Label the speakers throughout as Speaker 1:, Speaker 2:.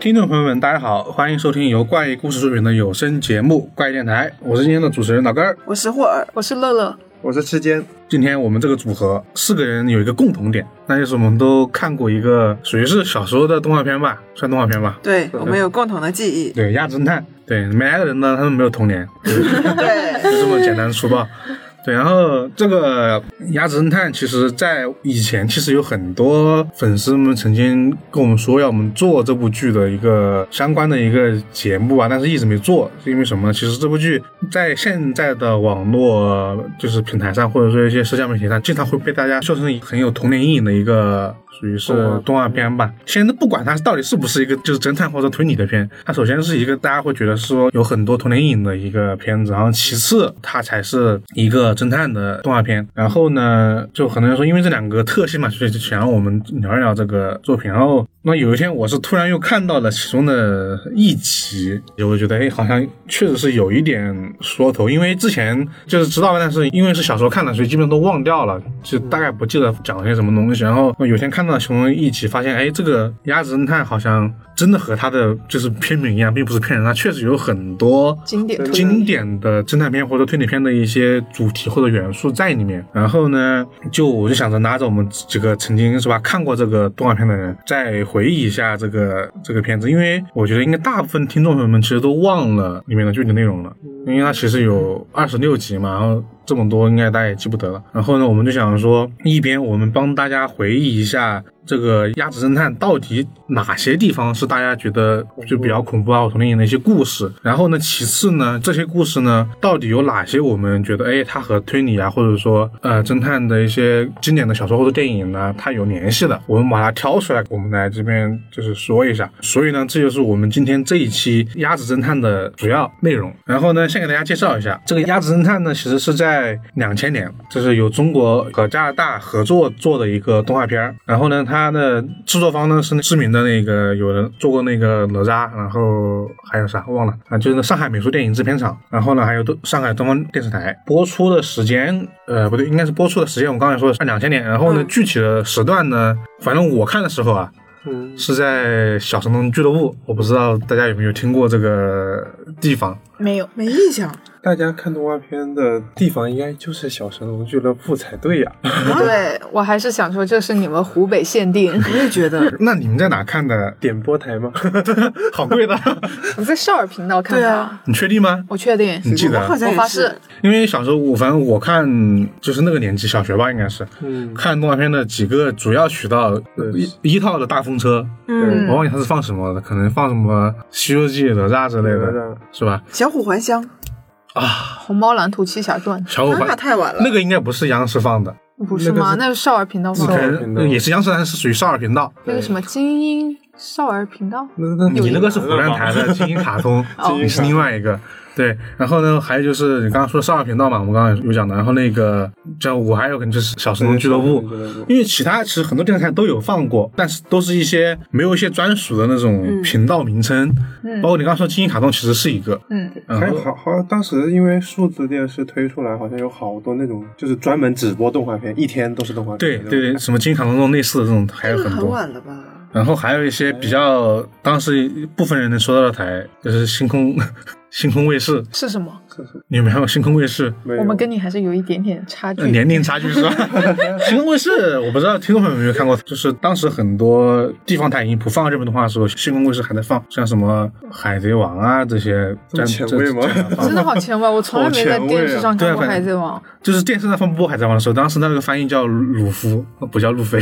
Speaker 1: 听众朋友们，大家好，欢迎收听由怪异故事出品的有声节目《怪异电台》，我是今天的主持人老根儿。
Speaker 2: 我是霍尔，
Speaker 3: 我是乐乐，
Speaker 4: 我是吃尖，
Speaker 1: 今天我们这个组合四个人有一个共同点，那就是我们都看过一个属于是小时候的动画片吧，算动画片吧。
Speaker 2: 对我们有共同的 记忆，
Speaker 1: 对，鸭侦探，对没来的人呢，他们没有童年，
Speaker 2: 对，
Speaker 1: 就这么简单粗暴。对，然后这个鸭子侦探，其实在以前其实有很多粉丝们曾经跟我们说要我们做这部剧的一个相关的一个节目啊，但是一直没做，是因为什么呢？其实这部剧在现在的网络就是平台上，或者说一些社交媒体上，经常会被大家说成很有童年阴影的一个。属于是动画片吧，现在不管它到底是不是一个就是侦探或者推理的片，它首先是一个大家会觉得说有很多童年阴影的一个片子，然后其次它才是一个侦探的动画片。然后呢，就很多人说因为这两个特性嘛，所以就想让我们聊一聊这个作品。然后那有一天我是突然又看到了其中的一集，我就觉得哎，好像确实是有一点说头，因为之前就是知道，但是因为是小时候看的，所以基本都忘掉了，就大概不记得讲了些什么东西。然后有一天看到其中一集，发现哎，这个鸭子侦探好像真的和他的就是片名一样，并不是骗人，他确实有很多
Speaker 3: 经典
Speaker 4: 对
Speaker 3: 推
Speaker 1: 经
Speaker 3: 理，
Speaker 1: 典的侦探片或者推理片的一些主题或者元素在里面。然后呢，就我就想着拿着我们几个曾经是吧看过这个动画片的人，再回忆一下这个这个片子，因为我觉得应该大部分听众朋友们其实都忘了里面的具体内容了，因为它其实有二十六集嘛，然后。这么多应该大家也记不得了。然后呢，我们就想说，一边我们帮大家回忆一下这个《鸭子侦探》到底哪些地方是大家觉得就比较恐怖啊、或童年影的一些故事。然后呢，其次呢，这些故事呢，到底有哪些我们觉得，哎，它和推理啊，或者说呃侦探的一些经典的小说或者电影呢，它有联系的，我们把它挑出来，我们来这边就是说一下。所以呢，这就是我们今天这一期《鸭子侦探》的主要内容。然后呢，先给大家介绍一下，这个《鸭子侦探》呢，其实是在两千年，这是由中国和加拿大合作做的一个动画片儿。然后呢，它的制作方呢是知名的那个有人做过那个哪吒，然后还有啥忘了啊，就是那上海美术电影制片厂。然后呢，还有东上海东方电视台播出的时间，呃，不对，应该是播出的时间，我刚才说的是两千年。然后呢，
Speaker 2: 嗯
Speaker 1: 具体的时段呢，反正我看的时候啊，
Speaker 4: 嗯，
Speaker 1: 是在小神龙俱乐部，我不知道大家有没有听过这个地方。
Speaker 3: 没有，
Speaker 2: 没印象，
Speaker 4: 大家看动画片的地方应该就是小神龙俱乐部才对呀、
Speaker 2: 对，，
Speaker 3: 我还是想说这是你们湖北限 定
Speaker 2: 我也觉得，
Speaker 1: 那你们在哪看的？
Speaker 4: 点播台吗？
Speaker 1: 好贵 的，
Speaker 3: 我在少儿频道看
Speaker 2: 对
Speaker 3: 的，
Speaker 2: 啊
Speaker 1: 你确定吗？
Speaker 3: 我确定。
Speaker 1: 你记得
Speaker 2: 我好
Speaker 1: 啊？
Speaker 2: 像
Speaker 3: 我发
Speaker 2: 也
Speaker 3: 誓
Speaker 2: 是，
Speaker 1: 因为小时候我反正我看就是那个年纪，小学吧应该是
Speaker 4: 嗯，
Speaker 1: 看动画片的几个主要渠道，呃
Speaker 4: 对
Speaker 3: 嗯
Speaker 1: 一一套的大风车，
Speaker 2: 嗯，
Speaker 1: 我忘记它是放什么了，可能放什么《西游记》哪吒之类
Speaker 4: 哪
Speaker 1: 的
Speaker 3: 嗯
Speaker 4: 吒，
Speaker 1: 是吧？
Speaker 2: 小虎还乡，
Speaker 1: 啊，
Speaker 3: 红猫蓝图七侠传
Speaker 1: 小伙
Speaker 2: 那
Speaker 1: 伴，
Speaker 2: 太晚了，
Speaker 1: 哦那个应该不是央视放的，
Speaker 3: 不是吗？那是少儿频道放
Speaker 1: 可
Speaker 4: 少儿
Speaker 3: 的，
Speaker 4: 频道
Speaker 1: 能也是央视，但是属于少儿频道。
Speaker 3: 那个什么精英少儿频道，
Speaker 4: 那那
Speaker 1: 你那个是湖南台的
Speaker 4: 嗯
Speaker 1: 精英卡 通
Speaker 3: 哦，
Speaker 1: 你是另外一个。对，然后呢，还有就是你刚刚说少儿频道嘛，我们刚刚有讲的，然后那个叫我还有可能就是小神龙俱乐部
Speaker 4: 小神龙俱乐，部
Speaker 1: 因为其他其实很多电视台都有放过，但是都是一些没有一些专属的那
Speaker 4: 嗯
Speaker 1: 种频道名称，包括你刚刚说精英卡通其实是一个，
Speaker 3: 嗯，
Speaker 1: 嗯
Speaker 4: 还有好好，当时因为数字电视推出来，好像有好多那种就是专门只播动画片，一天都是动画片。
Speaker 1: 对
Speaker 4: 那种
Speaker 1: 对对，什么精英卡通这种类似的这种还有
Speaker 2: 那个
Speaker 1: 很
Speaker 2: 很
Speaker 1: 多，
Speaker 2: 晚了吧？
Speaker 1: 然后还有一些比较当时部分人能说到的台，就是星空星空卫视，
Speaker 3: 是什么？
Speaker 1: 你有没有看过星空卫视？
Speaker 4: 没有
Speaker 3: 我们跟你还是有一点点差距。
Speaker 1: 呃年龄差距 是吧？星空卫视，我不知道听众朋友有没有看过，就是当时很多地方台已经不放日本动画的时候，星空卫视还在放，像什么《海贼王》啊这些，
Speaker 4: 这
Speaker 1: 在
Speaker 4: 么前卫吗
Speaker 1: 在 在放
Speaker 3: 真的好前卫，我从来没在电视上
Speaker 1: 好前卫啊对啊
Speaker 3: 看过《
Speaker 1: 反
Speaker 3: 海贼王》。
Speaker 1: 就是电视上放播《海贼王》的时候，当时那个翻译叫鲁夫，呃不叫路飞，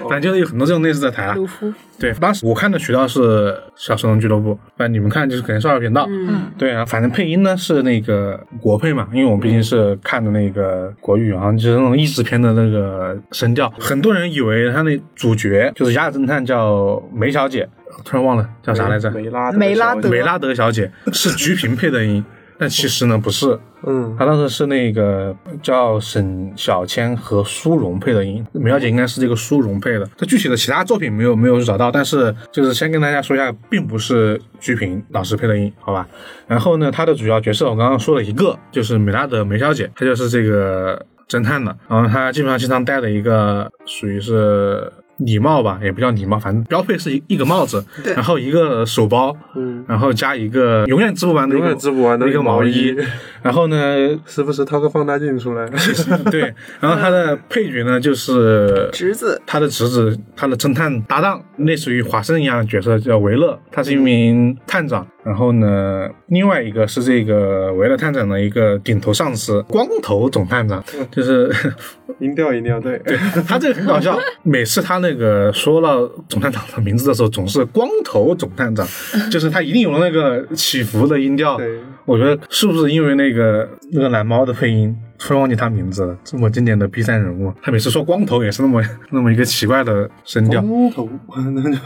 Speaker 4: 哦
Speaker 1: 反正就是有很多这种类似的台啊。
Speaker 3: 鲁夫，
Speaker 1: 对，当时我看的渠道是小神龙俱乐部，那你们看就是可能少儿频道。
Speaker 2: 嗯，
Speaker 1: 对啊，反正配音呢是那个国配嘛，因为我们毕竟是看的那个国语，然后就是那种译制片的那个声调。很多人以为他那主角就是《鸭子侦探》叫梅小姐，突然忘了叫啥来着，
Speaker 4: 梅拉
Speaker 3: 梅拉德
Speaker 1: 梅拉德小姐是菊萍配的音，但其实呢不是，
Speaker 4: 嗯，
Speaker 1: 她当时是那个叫沈小千和苏荣配的音，梅小姐应该是这个苏荣配的。这具体的其他作品没有没有找到，但是就是先跟大家说一下，并不是鞠萍老师配的音，好吧？然后呢，她的主要角色我刚刚说了一个，就是美拉德梅小姐，她就是这个侦探了。然后她基本上经常带着一个属于是礼帽吧，也不叫礼帽，反正标配是一一个帽子，
Speaker 2: 对
Speaker 1: 然后一个手包，
Speaker 4: 嗯，
Speaker 1: 然后加一个永远织不完的一
Speaker 4: 永
Speaker 1: 个
Speaker 4: 远织不完的
Speaker 1: 一个
Speaker 4: 毛
Speaker 1: 毛衣， 然后呢，
Speaker 4: 时不时掏个放大镜出来。
Speaker 1: 对，然后他的配角呢就是
Speaker 2: 侄子，
Speaker 1: 他的侄子，他的侦探搭档，类似于华生一样的角色叫维勒，他是一名探长。然后呢，另外一个是这个维勒探长的一个顶头上司，光头总探长，就是
Speaker 4: 音调音调对，
Speaker 1: 他这个很搞笑。每次他那个说到总探长的名字的时候，总是光头总探长，就是他一定有那个起伏的音调。
Speaker 4: 对
Speaker 1: 我觉得是不是因为那个那个蓝猫的配音，突然忘记他名字了？这么经典的 B 站人物，他每次说光头也是那么 那么一个奇怪的声
Speaker 2: 哦
Speaker 1: 调。
Speaker 4: 光头，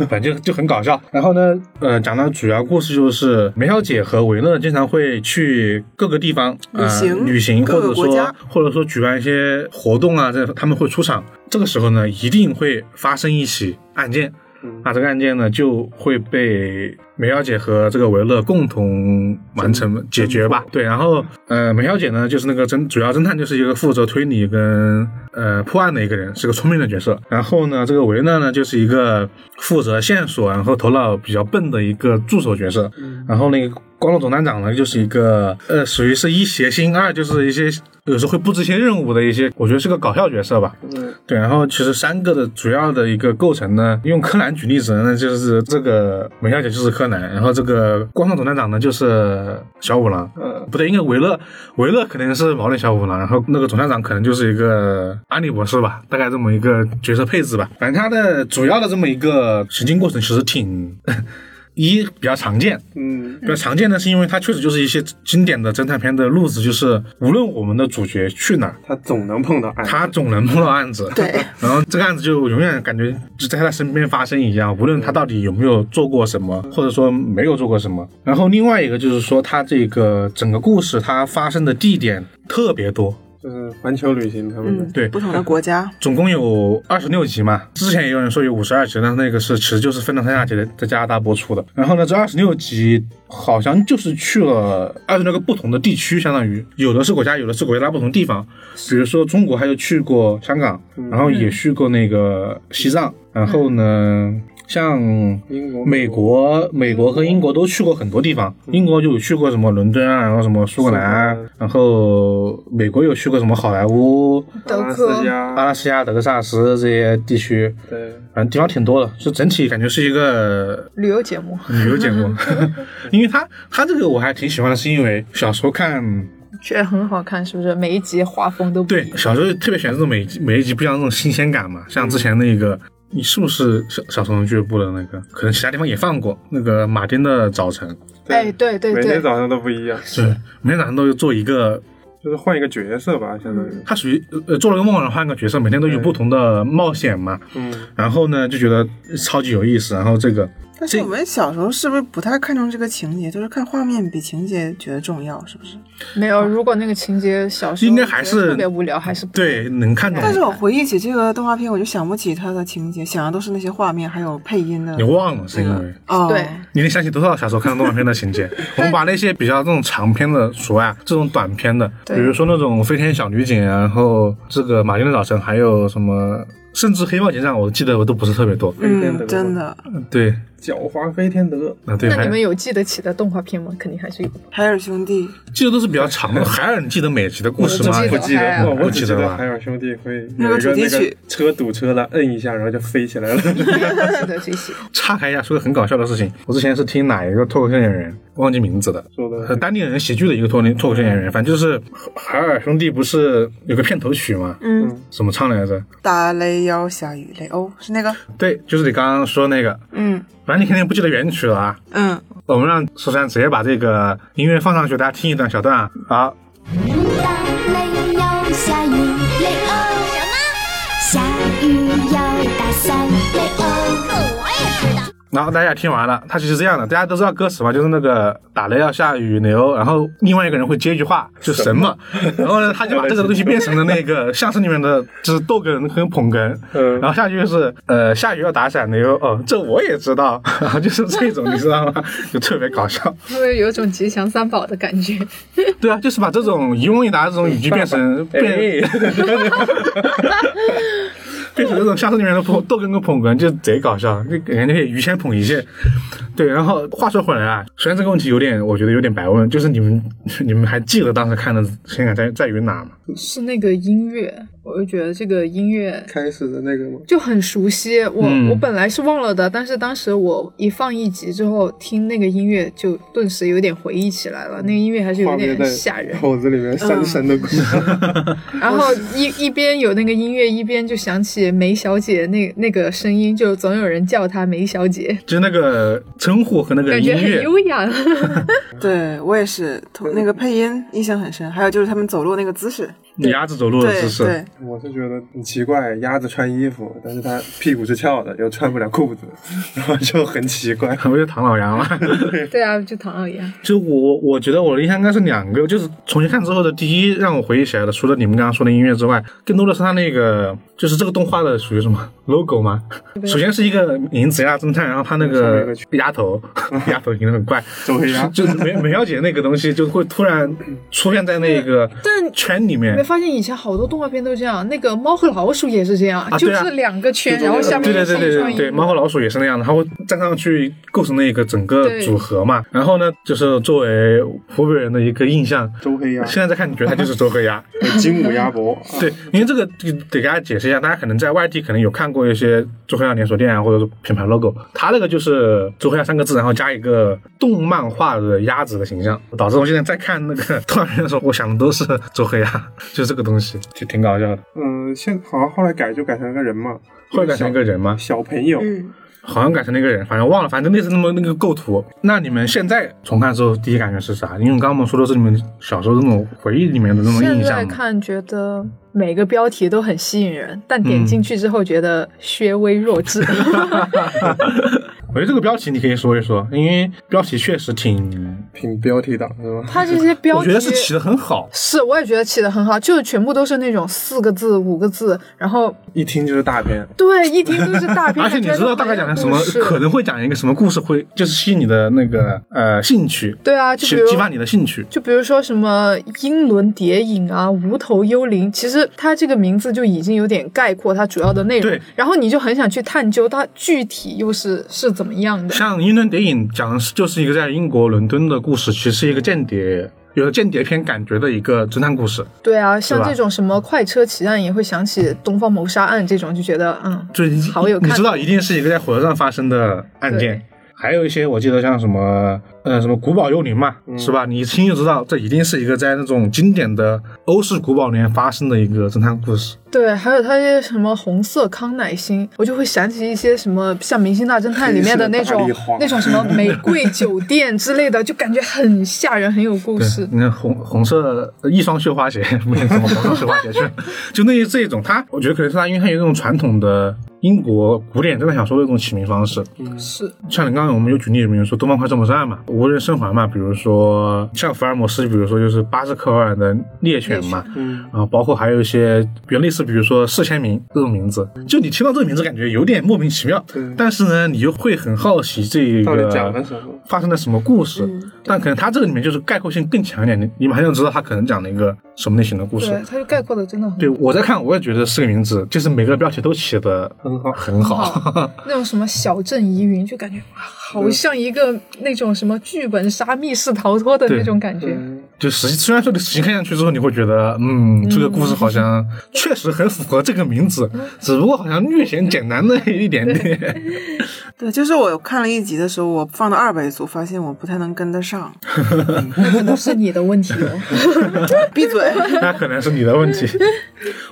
Speaker 1: 反正就就很搞笑。然后呢，呃，讲到主要故事就是梅小姐和维勒经常会去各个地方呃
Speaker 2: 旅行
Speaker 1: 旅行，
Speaker 2: 各
Speaker 1: 或
Speaker 2: 个
Speaker 1: 者
Speaker 2: 国
Speaker 1: 说
Speaker 2: 家
Speaker 1: 或者说举办一些活动啊，这他们会出场。这个时候呢，一定会发生一起案件。
Speaker 4: 嗯
Speaker 1: 那这个案件呢，就会被梅小姐和这个维勒共同完成解决吧。对，然后呃，梅小姐呢，就是那个侦主要侦探，就是一个负责推理跟呃破案的一个人，是个聪明的角色。然后呢，这个维勒呢，就是一个负责线索，啊然后头脑比较笨的一个助手角色。然后那个光头总探长呢，就是一个呃，属于是一邪心，二就是一些有时候会布置一些任务的一些，我觉得是个搞笑角色吧。
Speaker 4: 嗯
Speaker 1: 对，然后其实三个的主要的一个构成呢，用柯南举例子呢，就是这个梅小姐就是柯南，然后这个光头总探长呢就是小五郎，
Speaker 4: 呃，
Speaker 1: 不对，应该维勒，维勒肯定是毛利小五郎，然后那个总探长可能就是一个安利博士吧，大概这么一个角色配置吧。反正他的主要的这么一个行进过程其实挺。一比较常见，
Speaker 4: 嗯
Speaker 1: 比较常见呢，是因为它确实就是一些经典的侦探片的路子，就是无论我们的主角去哪儿，
Speaker 4: 他总能碰到哎爱，
Speaker 1: 他总能碰到案子，
Speaker 2: 对，
Speaker 1: 然后这个案子就永远感觉就在他身边发生一样，无论他到底有没有做过什么，或者说没有做过什么。然后另外一个就是说，他这个整个故事它发生的地点特别多，
Speaker 4: 就是环球旅行他们的
Speaker 2: 嗯，
Speaker 1: 对
Speaker 2: 不同的国家，
Speaker 1: 总共有二十六集嘛，之前也有人说有五十二集，但那个是其实就是分了上下集的，在加拿大播出的。然后呢，这二十六集好像就是去了二十六个不同的地区，相当于有的是国家，有的是国家不同地方。比如说中国，还有去过香港，
Speaker 4: 嗯
Speaker 1: 然后也去过那个西藏，然后呢，像
Speaker 4: 英国、
Speaker 1: 美国、美国和英国都去过很多地方，英国有去过什么伦敦啊，然后什么苏格兰啊
Speaker 4: 嗯苏格兰，
Speaker 1: 然后美国有去过什么好莱坞。
Speaker 4: 阿拉斯加，
Speaker 1: 阿拉斯加、德克萨斯这些地区，
Speaker 4: 对，
Speaker 1: 反正地方挺多的，就整体感觉是一个
Speaker 3: 旅游节目
Speaker 1: 旅游节目。因为它它这个我还挺喜欢的，是因为小时候看，
Speaker 3: 觉得很好看，是不是？每一集画风都不
Speaker 1: 对
Speaker 3: 一样
Speaker 1: 小时候特别喜欢这种每一集每一集不一样的那种新鲜感嘛，像之前那个。你是不是小小虫俱乐部的那个？可能其他地方也放过那个马丁的早晨，
Speaker 3: 哎，对对
Speaker 4: 每天
Speaker 3: 对，
Speaker 4: 早上都不一样，
Speaker 1: 对，每天早上都有做一个，
Speaker 4: 就是换一个角色吧，相当于，
Speaker 1: 他属于呃做了个梦，然后换个角色，每天都有
Speaker 4: 对
Speaker 1: 不同的冒险嘛。
Speaker 4: 嗯，
Speaker 1: 然后呢，就觉得超级有意思。然后这个
Speaker 2: 但是我们小时候是不是不太看重这个情节，就是看画面比情节觉得重要，是不是？
Speaker 3: 没有。如果那个情节小时候
Speaker 1: 应该还是
Speaker 3: 觉得特别无聊，还是不啊
Speaker 1: 对能看懂，
Speaker 2: 但是我回忆起这个动画片，我就想不起它的情节，想的都是那些画面还有配音的
Speaker 1: 你。忘了是因为
Speaker 2: 哦，
Speaker 3: 对，
Speaker 1: 你能想起多少小时候看的动画片的情节？我们把那些比较这种长篇的除外，这种短篇的，比
Speaker 3: 对
Speaker 1: 如说那种《飞天小女警》，啊然后这个《马丁的早晨》，还有什么，甚至《黑豹警长》，我记得我都不是特别多。
Speaker 2: 嗯，真的，
Speaker 1: 对，
Speaker 4: 狡猾飞天德，
Speaker 1: 啊对，
Speaker 3: 那
Speaker 1: 还
Speaker 3: 你们有记得起的动画片吗？ 肯定还是有。
Speaker 2: 海尔兄弟，
Speaker 1: 记得都是比较长的。海尔，你记得每集的故事吗？
Speaker 3: 我只
Speaker 4: 记
Speaker 3: 海
Speaker 4: 得，
Speaker 3: 尔
Speaker 4: 我我
Speaker 1: 不记
Speaker 4: 只记
Speaker 1: 得
Speaker 4: 得
Speaker 1: 了
Speaker 4: 海。尔兄弟会
Speaker 2: 那
Speaker 4: 有
Speaker 2: 个
Speaker 4: 一个
Speaker 2: 主题
Speaker 4: 那个
Speaker 2: 曲
Speaker 4: 车堵车了，摁一下，然后就飞起来了，
Speaker 3: 记得这 些，
Speaker 1: 岔开一下，说个很搞笑的事情。我之前是听哪一个脱口秀演员，忘记名字了，
Speaker 4: 说的
Speaker 1: 呃当地人喜剧的一个脱脱口秀演员，反正就是海尔兄弟不是有个片头曲嘛，
Speaker 2: 嗯，
Speaker 1: 怎么唱来着？
Speaker 2: 打雷要下雨雷欧是那个，
Speaker 1: 对，就是你刚刚说那个，
Speaker 2: 嗯
Speaker 1: 反正你肯定不记得原曲了啊。
Speaker 2: 嗯，
Speaker 1: 我们让苏珊直接把这个音乐放上去，大家听一段小段啊。好，
Speaker 5: 打雷要下雨，雷欧什么？下雨要打伞，雷欧。我也知道。
Speaker 1: 然后大家也听完了，它其实是这样的，大家都知道歌词嘛，就是那个打雷要啊下雨牛，然后另外一个人会接一句话，就什么，然后呢，他就把这个东西变成了那个相声里面的，就是逗哏跟捧哏，
Speaker 4: 嗯
Speaker 1: 然后下一句就是呃下雨要打伞牛，哦，这我也知道， 然后就是这种，你知道吗？就特别搞笑。
Speaker 3: 会不会有种吉祥三宝的感觉？
Speaker 1: 对啊，就是把哎这种一问一答这种语句变成变
Speaker 4: 哎，
Speaker 1: 变成那种下次里面的捧逗哏跟捧哏，就贼搞笑，就感觉可以鱼线捧鱼线。对，然后话说回来啊，虽然这个问题有点，我觉得有点白问，就是你们你们还记得当时看的现感在在于哪吗？
Speaker 3: 是那个音乐，我就觉得这个音乐
Speaker 4: 开始的那个吗？
Speaker 3: 就很熟悉。我、
Speaker 1: 嗯
Speaker 3: 我本来是忘了的，但是当时我一放一集之后，听那个音乐就顿时有点回忆起来了。那个音乐还是
Speaker 4: 画
Speaker 3: 有
Speaker 4: 面
Speaker 3: 点
Speaker 4: 在
Speaker 3: 吓人。
Speaker 4: 口子里面深深的哭。
Speaker 3: 然后一一边有那个音乐，一边就想起梅小姐那那个声音，就总有人叫她梅小姐，
Speaker 1: 就是那个称呼和那个
Speaker 3: 感觉
Speaker 1: 音
Speaker 3: 很
Speaker 1: 乐，
Speaker 3: 优 雅。
Speaker 2: 对我也是，同那个配音印象很深，还有就是他们走路那个姿势，
Speaker 1: 你鸭子走路的
Speaker 2: 对
Speaker 1: 姿势，
Speaker 2: 对，
Speaker 4: 我是觉得很奇怪，鸭子穿衣服，但是它屁股是翘的，又穿不了裤子， 然后就很奇怪。
Speaker 1: 我就唐老鸭嘛。
Speaker 3: 对啊，就唐老鸭。
Speaker 1: 就我我觉得我的印象应该是两个，就是重新看之后的第一让我回忆起来的，除了你们刚刚说的音乐之外，更多的是它那个就是这个动画的属于什么 logo 吗？首先是一个银子鸭侦探，然后它那
Speaker 4: 上面
Speaker 1: 个
Speaker 4: 有个圈
Speaker 1: 鸭头，鸭头形得很怪，
Speaker 4: 周黑鸭
Speaker 1: 就是梅梅小姐那个东西就会突然出现在那个
Speaker 3: 但
Speaker 1: 圈里面
Speaker 3: 没。发现以前好多动画片都这样，那个猫和老鼠也是这样，
Speaker 1: 啊
Speaker 3: 就
Speaker 1: 对啊
Speaker 3: 是两个圈，
Speaker 4: 对
Speaker 3: 然后下面
Speaker 1: 对对
Speaker 3: 是
Speaker 1: 对
Speaker 3: 一
Speaker 1: 对
Speaker 3: 串
Speaker 1: 对
Speaker 3: 一
Speaker 1: 对，
Speaker 3: 幕
Speaker 1: 猫和老鼠也是那样的，它会站上去构成那个整个
Speaker 3: 对
Speaker 1: 组合嘛。然后呢，就是作为湖北人的一个印象，
Speaker 4: 周黑鸭，
Speaker 1: 现在再看，你觉得它就是周黑 鸭。
Speaker 4: 金母鸭脖，啊
Speaker 1: 对，因为这个得给大家解释一下，大家可能在外地可能有看过一些周黑鸭连锁店啊，或者是品牌 logo，它那个就是周黑鸭三个字，然后加一个动漫画的鸭子的形象，导致我现在在看那个动画片的时候，我想的都是周黑鸭， 就这个东西，就挺搞笑的。
Speaker 4: 嗯，现好像后来改就改成了个人嘛，
Speaker 1: 会改成一个人吗？
Speaker 4: 小朋友，
Speaker 2: 嗯，
Speaker 1: 好像改成那个人，反正忘了，反正类似那么那个构图。那你们现在重看之后，第一感觉是啥？因为刚刚我们说的是你们小时候那种回忆里面的那种印
Speaker 3: 现
Speaker 1: 象
Speaker 3: 在
Speaker 1: 嘛。
Speaker 3: 看觉得每个标题都很吸引人，但点
Speaker 1: 嗯
Speaker 3: 进去之后觉得略微弱智。
Speaker 1: 我觉得这个标题你可以说一说，因为标题确实挺，
Speaker 4: 挺标题党是吧？
Speaker 3: 它这些标
Speaker 1: 我
Speaker 3: 题
Speaker 1: 觉得是起的很好。
Speaker 3: 是我也觉得起的很好，就是全部都是那种四个字、五个字，然后
Speaker 4: 一听就是大片，
Speaker 3: 对一听都是大 片，
Speaker 1: 而且你知道大概讲的什么
Speaker 3: 感觉，都很有故
Speaker 1: 可
Speaker 3: 事
Speaker 1: 能会讲一个什么故事，会就是吸引你的那个呃兴趣，
Speaker 3: 对啊，就
Speaker 1: 激
Speaker 3: 比如
Speaker 1: 激发你的兴趣。
Speaker 3: 就比如说什么英伦谍影啊、无头幽灵，其实它这个名字就已经有点概括它主要的内容
Speaker 1: 对，
Speaker 3: 然后你就很想去探究它具体又是是怎么样的。
Speaker 1: 像《英伦谍影》讲的是就是一个在英国伦敦的故事，其实是一个间谍，有间谍片感觉的一个侦探故事。
Speaker 3: 对啊，像
Speaker 1: 吧嗯
Speaker 3: 这种什么快车奇案也会想起《东方谋杀案》这种，就觉得嗯，
Speaker 1: 就一
Speaker 3: 好有看
Speaker 1: 你
Speaker 3: 头
Speaker 1: 知道一定是一个在火车上发生的案件
Speaker 3: 对。
Speaker 1: 还有一些我记得像什么呃什么古堡幽灵嘛，
Speaker 3: 嗯
Speaker 1: 是吧？你一听就知道这一定是一个在那种经典的欧式古堡里面发生的一个侦探故事。
Speaker 3: 对，还有它这些什么红色康乃馨，我就会想起一些什么像《明星大侦探》里面的那
Speaker 4: 黑色
Speaker 3: 种
Speaker 4: 大丽花
Speaker 3: 那种什么玫瑰酒店之类的，就感觉很吓人，很有故
Speaker 1: 对
Speaker 3: 事，。
Speaker 1: 你看红红色呃一双绣花鞋，不行，红色绣花 鞋去了，就那这种，它我觉得可能是它，因为它有一种传统的英国古典侦探小说的一种起名方式。
Speaker 3: 是
Speaker 1: 像你刚刚我们有举例，比如说《东方快车谋杀案》嘛，《无人生还》嘛，比如说像福尔摩斯，比如说就是巴斯克尔的《猎犬》嘛，
Speaker 4: 嗯，
Speaker 1: 啊，包括还有一些比如类似，比如说四千名这种名字，就你听到这个名字感觉有点莫名其妙
Speaker 4: 对，
Speaker 1: 但是呢，你又会很好奇这
Speaker 4: 到
Speaker 1: 个
Speaker 4: 底讲了什么嗯
Speaker 1: 发生了什么故事。但可能它这个里面就是概括性更强一点，你你马上就知道它可能讲了一个什么类型的故
Speaker 3: 对
Speaker 1: 事，。
Speaker 3: 它就概括的真的很
Speaker 1: 对我在看，我也觉得四个名字就是每个标题都起的
Speaker 4: 很好
Speaker 1: 很好
Speaker 3: 好。那种什么小镇疑云，就感觉哇好像一个那种什么剧本杀、密室逃脱的那种感觉。
Speaker 4: 嗯，
Speaker 1: 就实际虽然说你实际看下去之后，你会觉得，嗯，这个故事好像 确实很符合这个名字，只不过好像略显简单了一点 点。
Speaker 2: 对，就是我看了一集的时候，我放到二倍速，发现我不太能跟得上，
Speaker 3: 那可能是你的问题 哦。
Speaker 2: 闭 嘴。
Speaker 1: 那可能是你的问题。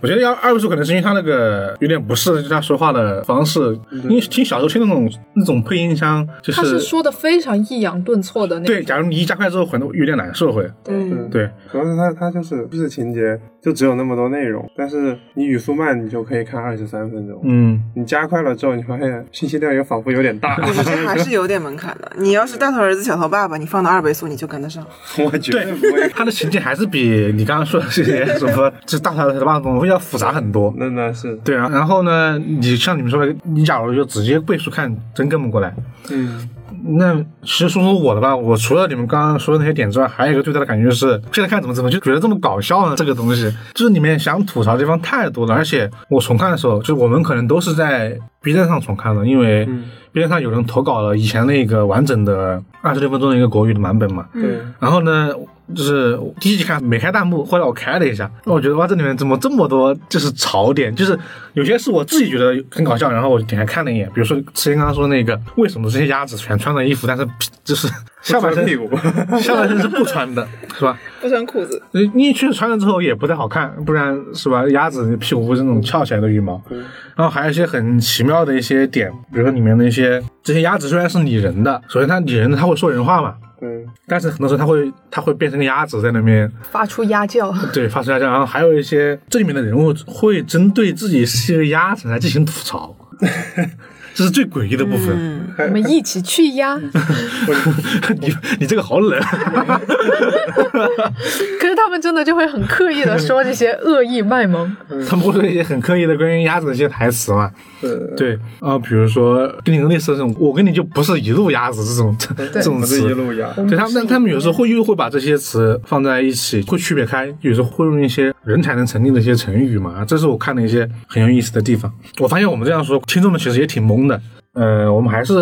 Speaker 1: 我觉得要二位数，可能是因为他那个有点不适，就是他说话的方式。因为听小时候听那种那种配音腔，就
Speaker 3: 他是说的非常抑扬顿挫的那
Speaker 1: 对，假如你一加快之后，可能有点难受会。
Speaker 2: 嗯，
Speaker 1: 对，
Speaker 4: 主要是它它就是故事情节就只有那么多内容，但是你语速慢，你就可以看二十三分钟。
Speaker 1: 嗯，
Speaker 4: 你加快了之后，你发现信息量又仿佛有点大。
Speaker 2: 我觉得还是有点门槛的。你要是大头儿子小头爸爸，你放到二倍速你就跟得上。
Speaker 4: 我绝
Speaker 1: 对
Speaker 4: 对不会。，
Speaker 1: 他的情节还是比你刚刚说的这些什么，就大头的那种会要复杂很多。
Speaker 4: 那那是，
Speaker 1: 对啊，然后呢，你像你们说的，你假如就直接倍速看，真跟不过来。
Speaker 4: 嗯，
Speaker 1: 那其实说说我的吧，我除了你们刚刚说的那些点之外，还有一个最大的感觉就是，现在看怎么怎么就觉得这么搞笑呢？这个东西就是里面想吐槽的地方太多了，而且我重看的时候，就是我们可能都是在 B 站上重看的，因为 B 站上有人投稿了以前那个完整的二十六分钟的一个国语的版本嘛，
Speaker 4: 对，
Speaker 1: 然后呢，就是第一集看没开弹幕，后来我开了一下，我觉得哇，这里面怎么这么多就是槽点？就是有些是我自己觉得很搞笑，然后我就点开看了一眼。比如说之前刚刚说那个，为什么这些鸭子全穿着衣服，但是就是下半身
Speaker 4: 屁股
Speaker 1: 下半身是不穿的，是吧？
Speaker 3: 不穿裤子，
Speaker 1: 呃你确实穿了之后也不太好看，不然是吧？鸭子屁股不是那种翘起来的羽毛，然后还有一些很奇妙的一些点，比如说里面的一些这些鸭子虽然是拟人的，首先它拟人的它会说人话嘛，
Speaker 4: 对，
Speaker 1: 但是很多时候它会它会变成个鸭子在那边
Speaker 3: 发出 鸭叫。
Speaker 1: 对发出来这样，然后还有一些这里面的人物会针对自己是一个鸭子来进行吐槽， 这是最诡异的部分。
Speaker 2: 嗯，
Speaker 3: 我们一起去鸭，可
Speaker 1: 你你这个好冷，啊
Speaker 3: 是他们真的就会很刻意的说这些恶意卖萌。
Speaker 4: 嗯
Speaker 1: 他们会说一些很刻意的关于鸭子的一些台词嘛？
Speaker 4: 呃，
Speaker 1: 对啊、比如说跟你类似的这种，我跟你就不是一路鸭子这种这种
Speaker 4: 我
Speaker 1: 词
Speaker 4: 是一路压，
Speaker 1: 对他们，但他们有时候会又会把这些词放在一起，会区别开，有时候会用一些人才能成立的一些成语嘛，这是我看的一些很有意思的地方。我发现我们这样说，听众们其实也挺懵的。呃，我们还是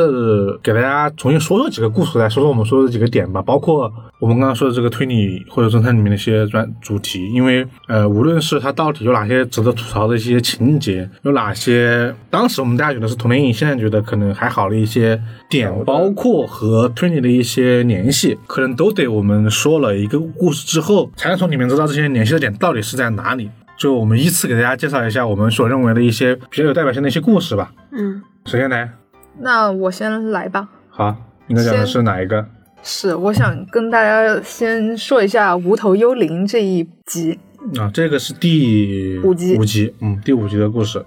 Speaker 1: 给大家重新说说几个故事，来说说我们说的几个点吧，包括我们刚刚说的这个推理或者侦探里面的一些专主题，因为呃，无论是它到底有哪些值得吐槽的一些情节，有哪些当时我们大家觉得是童年影，现在觉得可能还好的一些点，包括和推理的一些联系，可能都得我们说了一个故事之后，才能从里面知道这些联系的点到底是在哪里。就我们依次给大家介绍一下我们所认为的一些比较有代表性的一些故事吧。
Speaker 2: 嗯，
Speaker 1: 首先来，
Speaker 3: 那我先来吧。
Speaker 1: 好，应该讲的是哪一个？
Speaker 3: 是，我想跟大家先说一下《无头幽灵》这一集。
Speaker 1: 啊，这个是第
Speaker 3: 五集
Speaker 1: 五集，嗯，第五集的故事，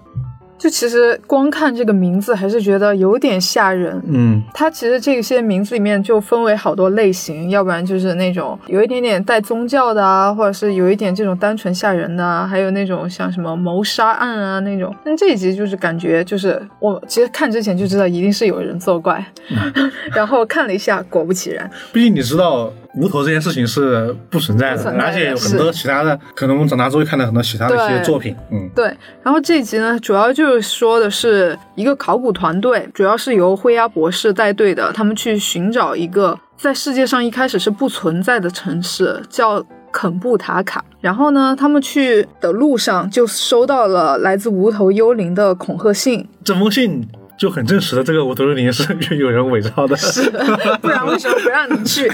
Speaker 3: 就其实光看这个名字，还是觉得有点吓人。
Speaker 1: 嗯，
Speaker 3: 它其实这些名字里面就分为好多类型，要不然就是那种有一点点带宗教的啊，或者是有一点这种单纯吓人的啊，还有那种像什么谋杀案啊那种。 但这一集就是感觉就是我其实看之前就知道一定是有人作怪， 然后看了一下，果不其然，
Speaker 1: 毕竟你知道无头这件事情是不存在
Speaker 3: 不
Speaker 1: 的，
Speaker 3: 存在的
Speaker 1: 而且有很多其他的，可能我们长大之后会看到很多其他的一些
Speaker 3: 对
Speaker 1: 作品，嗯
Speaker 3: 对，然后这一集呢，主要就是说的是一个考古团队，主要是由灰鸦博士带队的，他们去寻找一个在世界上一开始是不存在的城市，叫肯布塔卡。然后呢，他们去的路上就收到了来自无头幽灵的恐吓信，
Speaker 1: 这封信就很证实了这个无头幽灵是 有人伪造的，
Speaker 3: 是的， 不然为什么不让你去？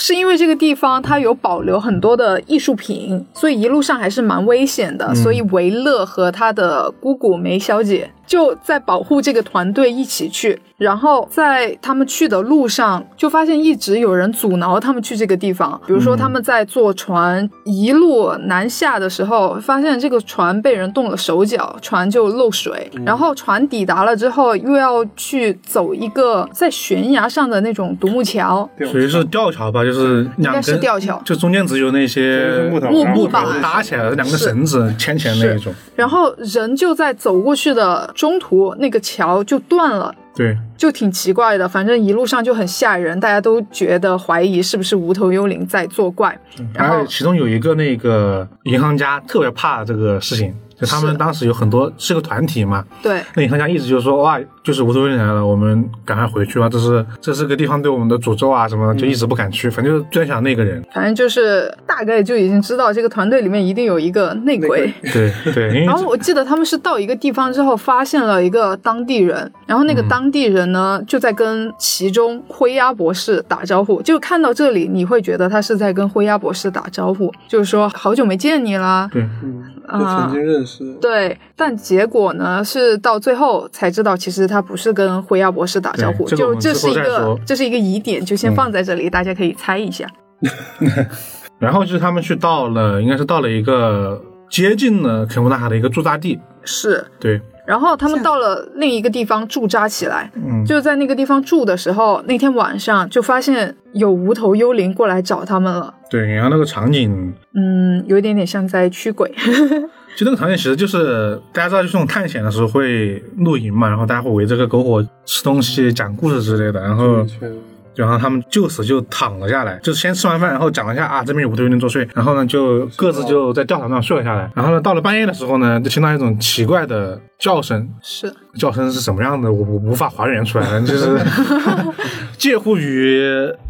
Speaker 3: 是因为这个地方它有保留很多的艺术品，所以一路上还是蛮危险的。所以维勒和他的姑姑梅小姐就在保护这个团队一起去。然后在他们去的路上，就发现一直有人阻挠他们去这个地方。比如说
Speaker 1: 嗯
Speaker 3: 他们在坐船一路南下的时候，发现这个船被人动了手脚，船就漏水。然后船抵达了之后，又要去走一个在悬崖上的那种独木桥，
Speaker 1: 属于是吊桥吧，就是
Speaker 3: 应该
Speaker 1: 两
Speaker 3: 是
Speaker 1: 根，
Speaker 3: 吊桥。
Speaker 1: 就中间只有那些
Speaker 4: 是木头
Speaker 3: 木
Speaker 1: 然后
Speaker 3: 木板
Speaker 1: 搭起来的两个
Speaker 3: 是
Speaker 1: 绳子牵起来那一种，
Speaker 3: 然后人就在走过去的中途，那个桥就断了。
Speaker 1: 对，
Speaker 3: 就挺奇怪的，反正一路上就很吓人，大家都觉得怀疑是不是无头幽灵在作怪。然
Speaker 1: 然后
Speaker 3: 后
Speaker 1: 其中有一个那个银行家特别怕这个事情，就他们
Speaker 3: 是
Speaker 1: 当时有很多是个团体嘛，
Speaker 3: 对，
Speaker 1: 那银行家一直就说哇，就是无头人来了，我们赶快回去吧，这是这是个地方对我们的诅咒啊什么的，就一直不敢去，反正就是专想那个人。
Speaker 3: 反正就是大概就已经知道这个团队里面一定有一个内
Speaker 4: 内鬼
Speaker 1: 对对，因
Speaker 3: 然
Speaker 1: 为
Speaker 3: 后我记得他们是到一个地方之后，发现了一个当地人，然后那个当地人呢、就在跟其中灰鸦博士打招呼。就看到这里，你会觉得他是在跟灰鸦博士打招呼，就是说好久没见你啦。
Speaker 1: 对
Speaker 4: 嗯，就
Speaker 3: 啊
Speaker 4: 曾经认识，
Speaker 3: 对，但结果呢是到最后才知道，其实他不是跟灰鸦博士打招呼，
Speaker 1: 对这个我
Speaker 3: 就
Speaker 1: 们
Speaker 3: 这
Speaker 1: 之
Speaker 3: 是
Speaker 1: 后
Speaker 3: 一
Speaker 1: 再
Speaker 3: 个
Speaker 1: 说
Speaker 3: 这是一个疑点，就先
Speaker 1: 嗯
Speaker 3: 放在这里，大家可以猜一下。
Speaker 1: 然后就是他们去到了，应该是到了一个接近了肯布纳卡的一个驻扎地，
Speaker 3: 是，
Speaker 1: 对，
Speaker 3: 然后他们到了另一个地方驻扎起来，
Speaker 1: 嗯，
Speaker 3: 就在那个地方住的时候，那天晚上就发现有无头幽灵过来找他们了。
Speaker 1: 对，然后那个场景，
Speaker 3: 嗯，有一点点像在驱鬼。
Speaker 1: 就那个场景其实就是大家知道，就是那种探险的时候会露营嘛，然后大家会围着个篝火吃东西、讲故事之类的，然后
Speaker 4: 一圈
Speaker 1: 然后他们就此就躺了下来，就先吃完饭，然后讲了一下啊，这边有无头幽灵作祟，然后呢就各自就在吊床上睡了下来。然后呢，到了半夜的时候呢，就听到一种奇怪的叫声，
Speaker 3: 是，
Speaker 1: 叫声是什么样的，我我无法还原出来了，就是介乎于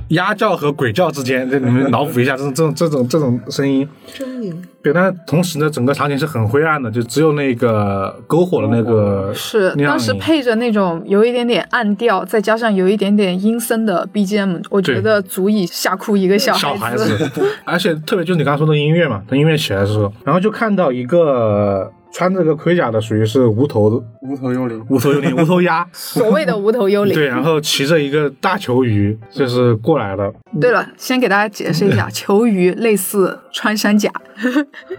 Speaker 1: 鸭叫和鬼叫之间，这你们脑补一下这种这种这种这种声音。
Speaker 2: 狰狞，
Speaker 1: 对，但同时呢，整个场景是很灰暗的，就只有那个篝火的那个
Speaker 3: 是
Speaker 1: 亮
Speaker 3: 当时
Speaker 1: 影
Speaker 3: 配着那种有一点点暗调，再加上有一点点阴森的 BGM，我觉
Speaker 1: 对
Speaker 3: 得足以吓哭一个小
Speaker 1: 小
Speaker 3: 孩
Speaker 1: 孩子， 而且特别就是你刚刚说的音乐嘛，等音乐起来的时候，然后就看到一个穿着个盔甲的，属于是无头的
Speaker 4: 无头幽灵，
Speaker 1: 无头幽灵无头鸭，
Speaker 3: 所谓的无头幽灵。
Speaker 1: 对，然后骑着一个大球鱼，就是过来了。
Speaker 3: 对了，先给大家解释一下，球鱼类似穿山甲，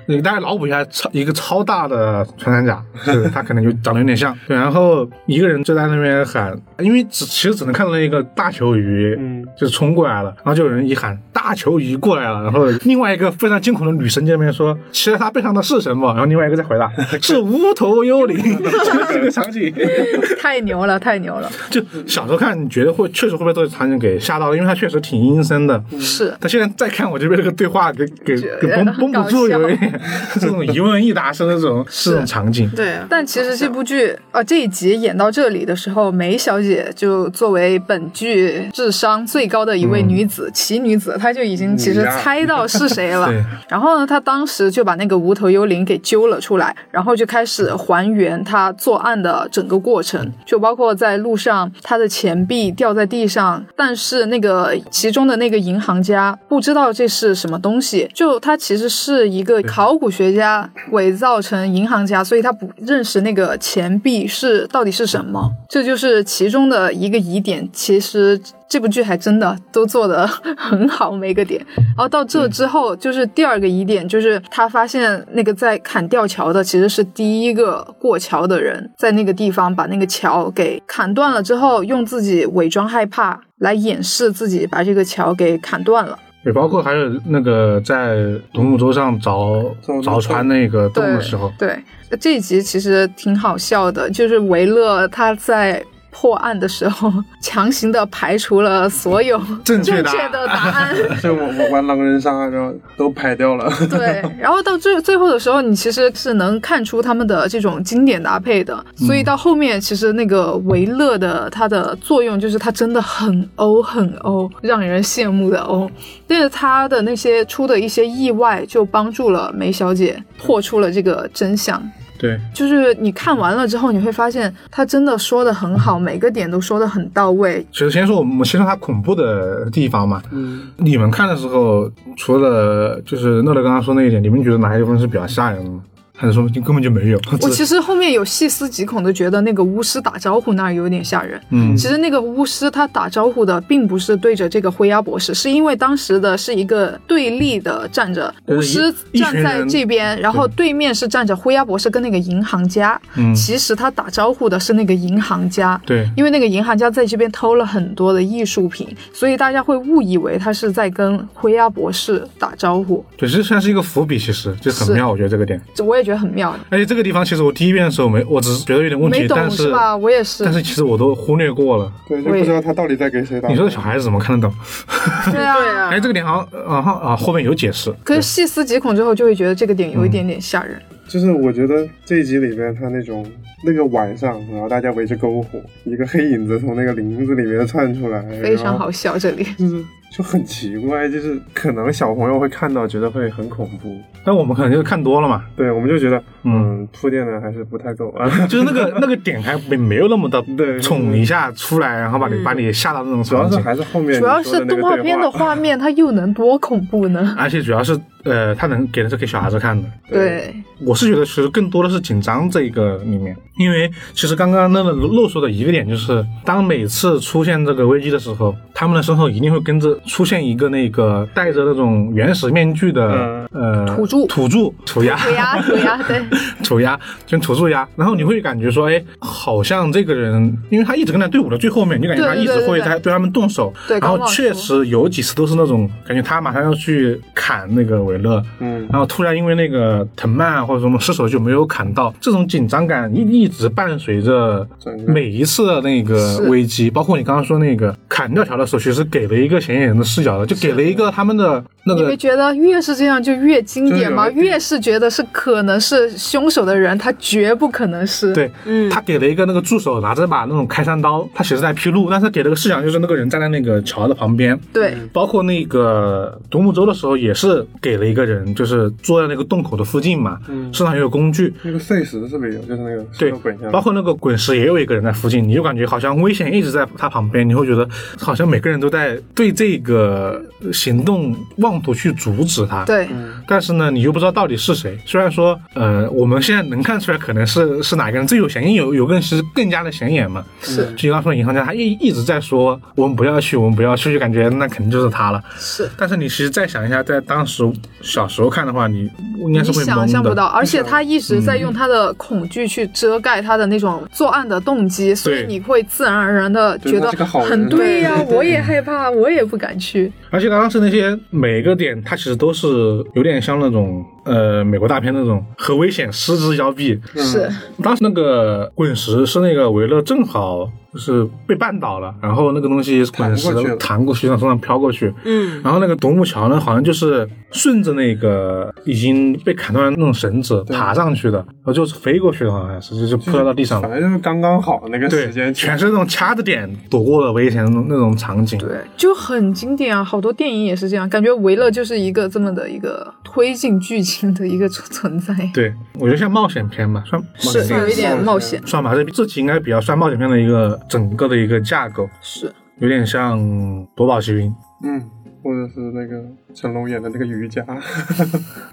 Speaker 1: 你大概脑补一下，超一个超大的穿山甲，是它可能有长得有点像。对，然后一个人就在那边喊，因为只其实只能看到那个大球鱼，
Speaker 4: 嗯，
Speaker 1: 就冲过来了，然后就有人一喊大球鱼过来了，然后另外一个非常惊恐的女生在那边说骑在他背上的是什么，然后另外一个再回答是无头幽灵，就是这个场景。
Speaker 3: 太牛了，太牛了，
Speaker 1: 就小时候看，你觉得会确实会被这个场景给吓到了，因为它确实挺阴森的。嗯
Speaker 3: 是。
Speaker 1: 但现在再看，我就被这个对话给给
Speaker 3: 觉得
Speaker 1: 给绷
Speaker 3: 很
Speaker 1: 绷
Speaker 3: 搞
Speaker 1: 不住，
Speaker 3: 笑
Speaker 1: 有一点 这种一问一答式的这种这种场景。
Speaker 2: 对啊。
Speaker 3: 但其实这部剧啊、呃这一集演到这里的时候，梅小姐就作为本剧智商最高的一位女子，奇、嗯女子，她就已经其实
Speaker 4: 女呀
Speaker 3: 猜到是谁 了
Speaker 1: 对。
Speaker 3: 然后呢，她当时就把那个无头幽灵给揪了出来，然后就开始还原她作案的整个过程，就包括在路上她的钱币掉在地上，但是那个其中的那个银行家不知道这是什么东西，就他其实是一个考古学家伪造成银行家，所以他不认识那个钱币是到底是什么，这就是其中的一个疑点。其实这部剧还真的都做得 很好，每个点。然后到这之后，就是第二个疑点，就是他发现那个在砍吊桥的其实是第一个过桥的人，在那个地方把那个桥给砍断了之后，用自己伪装害怕来掩饰自己把这个桥给砍断了。
Speaker 1: 也包括还有那个在独木舟上凿
Speaker 4: 凿那个
Speaker 1: 凿穿那个洞的时候，
Speaker 3: 对，这一集其实挺好笑的，就是维勒他在。破案的时候， 强行的排除了所有
Speaker 1: 正确
Speaker 3: 确
Speaker 1: 答
Speaker 3: 的答 案，
Speaker 4: 像我我玩狼人杀，然后都排掉了。
Speaker 3: 对，然后到最最后的时候，你其实是能看出他们的这种经典搭配的，所以到后面其实那个维勒的它的作用就是它真的很欧很欧，让人羡慕的欧。但是他的那些出的一些意外，就帮助了梅小姐破出了这个真相。
Speaker 1: 对，
Speaker 3: 就是你看完了之后，你会发现他真的说的很好，每个点都说的很到位。
Speaker 1: 其实先说我们先说它恐怖的地方嘛，
Speaker 4: 嗯，
Speaker 1: 你们看的时候，除了就是乐乐刚刚说那一点，你们觉得哪一部分是比较吓人的吗？还是说就根本就没有？
Speaker 3: 我
Speaker 1: 只
Speaker 3: 其实后面有细思极恐的觉得那个巫师打招呼那儿有点吓人。
Speaker 1: 嗯
Speaker 3: 其实那个巫师他打招呼的并不是对着这个灰鸦博士，是因为当时的是一个对立的站着，
Speaker 1: 对
Speaker 3: 巫师
Speaker 1: 呃一一
Speaker 3: 站
Speaker 1: 群
Speaker 3: 在
Speaker 1: 人
Speaker 3: 这边，然后对面是站着灰鸦博士跟那个银行家。
Speaker 1: 嗯
Speaker 3: 其实他打招呼的是那个银行家。
Speaker 1: 对
Speaker 3: 因为那个银行家在这边偷了很多的艺术品，所以大家会误以为他是在跟灰鸦博士打招呼。
Speaker 1: 对，这算是一个伏笔，其实就很
Speaker 3: 是
Speaker 1: 妙，我觉得这个点。
Speaker 3: 这我也觉得很妙，
Speaker 1: 而且这个地方其实我第一遍的时候没，我只是觉得有点问题
Speaker 3: 没，懂
Speaker 1: 但是
Speaker 3: 吧？我也是
Speaker 1: 但。是其实我都忽略过了。
Speaker 4: 对，就不知道他到底在给谁打。
Speaker 1: 你说小孩子怎么看得懂？
Speaker 3: 对啊，
Speaker 2: 对啊
Speaker 1: 哎，这个点好像啊哈啊后面有解释。
Speaker 3: 可是细思极恐之后，就会觉得这个点有一点点吓人。
Speaker 4: 就是我觉得这一集里边，他那种那个晚上，然后大家围着篝火，一个黑影子从那个林子里面窜出来，
Speaker 3: 非常
Speaker 4: 然后
Speaker 3: 好笑，这里
Speaker 1: 嗯
Speaker 4: 就是就很奇怪，就是可能小朋友会看到，觉得会很恐怖。
Speaker 1: 但我们可能就是看多了嘛，
Speaker 4: 对，我们就觉得，
Speaker 1: 嗯
Speaker 4: 嗯，铺垫的还是不太够啊。
Speaker 1: 就是那个那个点还没没有那么的
Speaker 4: 对
Speaker 1: 宠一下出来，然后把你把你吓到那种
Speaker 4: 主要
Speaker 1: 场
Speaker 4: 是
Speaker 1: 景。
Speaker 4: 还是后面
Speaker 3: 主要
Speaker 4: 你说
Speaker 3: 是
Speaker 4: 的那个
Speaker 3: 动画
Speaker 4: 对
Speaker 3: 片的画面，它又能多恐怖呢？
Speaker 1: 而且主要是呃，他能给的是给小孩子看的。
Speaker 3: 对，
Speaker 1: 我是觉得其实更多的是紧张这一个里面，因为其实刚刚那个露说的一个点就是，当每次出现这个危机的时候，他们的身后一定会跟着出现一个那个戴着那种原始面具的、呃
Speaker 3: 土著
Speaker 1: 土著土鸭
Speaker 3: 涂鸦涂鸦， 对，
Speaker 1: 土鸭跟土著鸭，然后你会感觉说，哎，好像这个人，因为他一直跟在队伍的最后面，你就感觉他
Speaker 3: 对
Speaker 1: 一
Speaker 3: 对
Speaker 1: 直
Speaker 3: 对
Speaker 1: 会
Speaker 3: 对
Speaker 1: 在对他们动手，
Speaker 3: 对
Speaker 1: 然后
Speaker 3: 刚忘
Speaker 1: 确
Speaker 3: 说
Speaker 1: 实有几次都是那种感觉他马上要去砍那个韦勒，
Speaker 4: 嗯
Speaker 1: 然后突然因为那个藤蔓啊或者什么失手就没有砍到，这种紧张感一一直伴随着
Speaker 4: 整个
Speaker 1: 每一次的那个
Speaker 3: 是
Speaker 1: 危机，包括你刚刚说那个砍吊桥的时候，其实给了一个嫌疑人的视角的，就给了一个他们的那
Speaker 3: 你
Speaker 1: 个
Speaker 3: 会觉得越是这样就越经典吗？
Speaker 4: 就是有一
Speaker 3: 越是觉得是可能是凶手的人，他绝不可能是。
Speaker 1: 对，
Speaker 4: 嗯
Speaker 1: 他给了一个那个助手拿着把那种开山刀，他其实在披露，但是他给了个视角，就是那个人站在那个桥的旁边。
Speaker 3: 对
Speaker 4: 嗯
Speaker 1: 包括那个独木舟的时候，也是给了一个人，就是坐在那个洞口的附近嘛，
Speaker 4: 嗯
Speaker 1: 身上也有工具，
Speaker 4: 那个碎石是不是有？嗯就是那个石
Speaker 1: 对
Speaker 4: 头滚下，来，
Speaker 1: 包括那个滚石也有一个人在附近，你就感觉好像危险一直在他旁边，你会觉得好像每个人都在对这个行动妄图去阻止他。
Speaker 3: 对
Speaker 4: 嗯
Speaker 1: 但是呢，你又不知道到底是谁。虽然说，呃，我们现在能看出来可能是是哪个人最有嫌疑，有有个人其实更加的显眼嘛。
Speaker 3: 是
Speaker 1: 就刚说银行家，他一一直在说我们不要去，我们不要去，就感觉那肯定就是他了。
Speaker 3: 是。
Speaker 1: 但是你其实再想一下，在当时小时候看的话，你应该是
Speaker 3: 你
Speaker 1: 会
Speaker 3: 想
Speaker 1: 懵
Speaker 3: 象不到，
Speaker 1: 的。
Speaker 3: 而且他一直在
Speaker 4: 嗯
Speaker 3: 用他的恐惧去遮盖他的那种作案的动机，所以你会自然而然的觉得
Speaker 4: 对他是个好人
Speaker 3: 很对呀、
Speaker 4: 对对对
Speaker 3: 我也害怕，我也不敢去。
Speaker 1: 而且当时那些每个点，它其实都是有点像那种呃美国大片那种和危险失之交臂。
Speaker 4: 嗯
Speaker 3: 是
Speaker 1: 当时那个滚石是那个维勒正好就是被绊倒了，然后那个东西滚石
Speaker 4: 弹过去了
Speaker 1: 弹过去，从身上飘过去。嗯，然后那个独木桥呢，好像就是顺着那个已经被砍断的那种绳子爬上去的，然后就是飞过去的，好像是就是扑到地上
Speaker 4: 反
Speaker 1: 了。
Speaker 4: 正就是刚刚好那个
Speaker 1: 对
Speaker 4: 时，间
Speaker 1: 全是那种掐着点躲过了危险的那种那种场景。
Speaker 3: 对，就很经典啊，好多电影也是这样，感觉维勒就是一个这么的一个推进剧情的一个存在，
Speaker 1: 对，我觉得像冒险片吧，算
Speaker 3: 是有一点冒险，
Speaker 1: 算吧，这这集应该比较算冒险片的一个整个的一个架构，
Speaker 3: 是
Speaker 1: 有点像《夺宝奇兵》
Speaker 4: 嗯，或者是那个成龙演的那个瑜伽，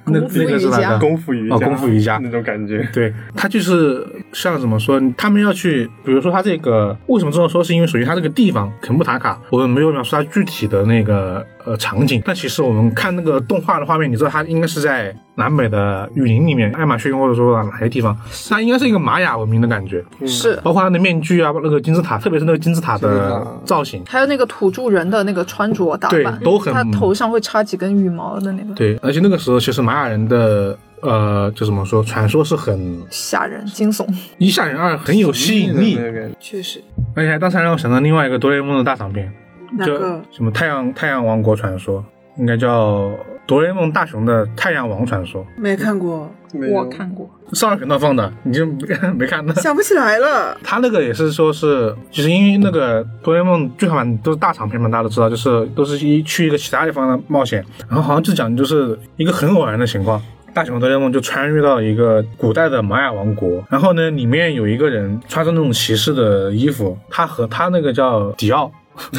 Speaker 1: 那
Speaker 3: 功夫
Speaker 1: 那个是
Speaker 3: 瑜
Speaker 1: 哪
Speaker 3: 伽
Speaker 1: 个？
Speaker 4: 功夫瑜伽，
Speaker 1: 啊哦功夫瑜伽
Speaker 4: 那种感觉。
Speaker 1: 对，他就是像怎么说，他们要去，比如说他这个为什么这么说，是因为首先他这个地方肯布塔卡，我们没有描述它具体的那个呃场景，但其实我们看那个动画的画面，你知道它应该是在南美的雨林里面，亚马逊或者说哪些地方，它应该是一个玛雅文明的感觉，
Speaker 3: 是。
Speaker 1: 包括它的面具啊，那个金字塔，特别是那个金字塔
Speaker 4: 嗯金字
Speaker 1: 的
Speaker 4: 塔
Speaker 1: 造型，
Speaker 3: 还有那个土著人的那个穿着打
Speaker 1: 对
Speaker 3: 扮，
Speaker 1: 都很
Speaker 3: 他头上会插几根羽毛的那个，
Speaker 1: 对，而且那个时候其实玛雅人的呃，就怎么说，传说是很
Speaker 3: 吓人惊悚，
Speaker 1: 一吓人二很有吸引力
Speaker 4: 那，个感觉
Speaker 2: 确实，
Speaker 1: 而且还当时还让我想到另外一个哆啦 A 梦的大长篇，
Speaker 2: 哪
Speaker 1: 就
Speaker 2: 个？
Speaker 1: 什么太阳太阳王国传说，应该叫哆啦 A 梦大雄的太阳王传说，
Speaker 2: 没看过，
Speaker 4: 没有
Speaker 3: 我看过，
Speaker 1: 少儿频道放的，你就 没看到。
Speaker 2: 想不起来了。
Speaker 1: 他那个也是说是，就是因为那个哆啦 A 梦最好玩都是大长篇嘛，大家都知道，就是都是一去一个其他地方的冒险，然后好像就讲就是一个很偶然的情况。大雄和哆啦 A 梦就穿越到一个古代的玛雅王国，然后呢，里面有一个人穿着那种骑士的衣服，他和他那个叫迪奥，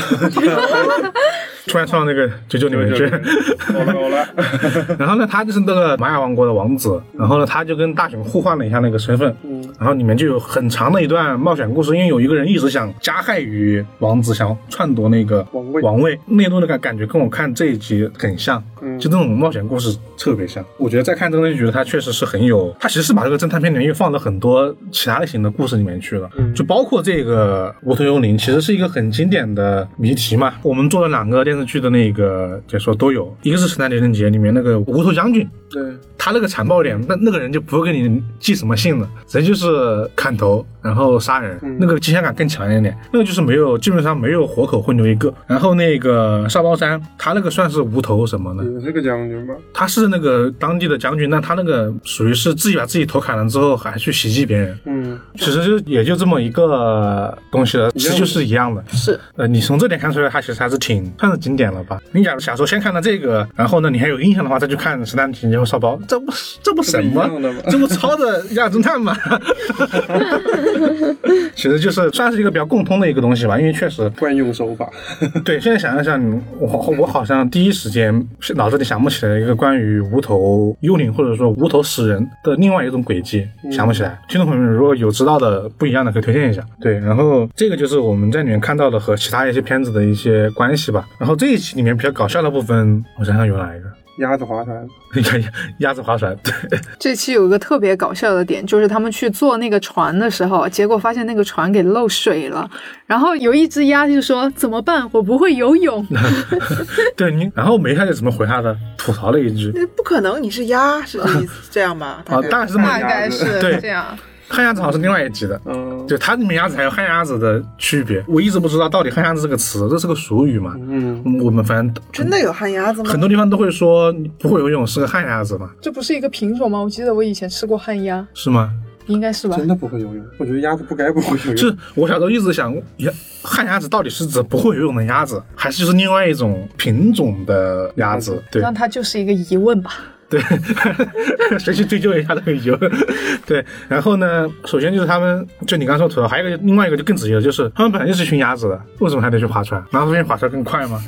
Speaker 1: 突然窜到那个九九里面去，
Speaker 4: 好了好了，
Speaker 1: 然后呢，他就是那个玛雅王国的王子，然后呢，他就跟大雄互换了一下那个身份，
Speaker 4: 嗯
Speaker 1: 然后里面就有很长的一段冒险故事，因为有一个人一直想加害于王子，想篡夺那个
Speaker 4: 王位
Speaker 1: 王位内陆的感感觉跟我看这一集很像，
Speaker 4: 嗯
Speaker 1: 就那种冒险故事特别像。我觉得再看这个东西，觉得它确实是很有，它其实是把这个侦探片里面又放到很多其他类型的故事里面去了，就包括这个无头幽灵，其实是一个很经典的谜题嘛。我们做了两个电视剧的那个解说都有，一个是《神探狄仁杰》里面那个无头将军，
Speaker 4: 对，
Speaker 1: 他那个残暴点，那那个人就不会给你寄什么信了，直接就是砍头，然后杀人，那个极限感更强一点。那个就是没有，基本上没有活口混牛一个。然后那个沙包山，他那个算是无头什么呢？
Speaker 4: 也是个将军吧？
Speaker 1: 他是那个当地的将军，但他那个属于是自己把自己头砍了之后，还去袭击别人。
Speaker 4: 嗯，
Speaker 1: 其实就也就这么一个东西了，其实就是一样的。
Speaker 3: 是
Speaker 1: 呃，你从这点看出来，它其实还是挺算是经典了吧？你假如小时候先看到这个，然后呢，你还有印象的话，再去看《神探狄仁杰》和《少包》，这这不这不什么
Speaker 4: 这不一样的吗？
Speaker 1: 这不抄的《亚侦探》吗？ 其实就是算是一个比较共通的一个东西吧，因为确实
Speaker 4: 惯用手法，
Speaker 1: 对，现在想一想，我我好像第一时间是脑子里想不起来一个关于无头幽灵或者说无头死人的另外一种轨迹，想不起来。听众朋友们，如果有知道的不一样的，可以推荐一下。对，然后这个就是我们在里面看到的和其他一些片子的一些关系吧。然后这一期里面比较搞笑的部分，我想想有哪一个？
Speaker 4: 鸭子划船，
Speaker 1: 鸭鸭鸭子划船， 对，
Speaker 3: 这期有一个特别搞笑的点，就是他们去坐那个船的时候，结果发现那个船给漏水了，然后有一只鸭就说：“怎么办？我不会游泳。
Speaker 1: 对你，然后梅小姐怎么回他的？吐槽了一句，
Speaker 2: 那不可能，你是鸭，是这意思这样吧？
Speaker 1: 啊，
Speaker 2: 大概
Speaker 1: 当然是这”么
Speaker 3: 大概是
Speaker 1: 对
Speaker 3: 这样。
Speaker 1: 旱鸭子好像是另外一集的，
Speaker 4: 嗯
Speaker 1: 就它里面鸭子还有旱鸭子的区别，我一直不知道到底旱鸭子这个词，这是个俗语嘛？
Speaker 4: 嗯，
Speaker 1: 嗯我们反正
Speaker 2: 真的有旱鸭子吗？
Speaker 1: 很多地方都会说你不会游泳是个旱鸭子嘛，
Speaker 3: 这不是一个品种吗？我记得我以前吃过旱鸭，
Speaker 1: 是吗？
Speaker 3: 应该是吧
Speaker 4: 真？的不会游泳，我觉得鸭子不该不会游
Speaker 1: 就
Speaker 4: 泳，
Speaker 1: 是我小时候一直想，呀，旱鸭子到底是指不会游泳的鸭子，还是就是另外一种品种的鸭子？对
Speaker 3: 那它就是一个疑问吧。
Speaker 1: 对， 谁去追究一下这个理由？ 对，然后呢，首先就是他们，就你刚刚说吐槽，还有一个另外一个就更直接的，就是他们本来就是一群鸭子的，为什么还得去划船？难道是因为划船更快吗？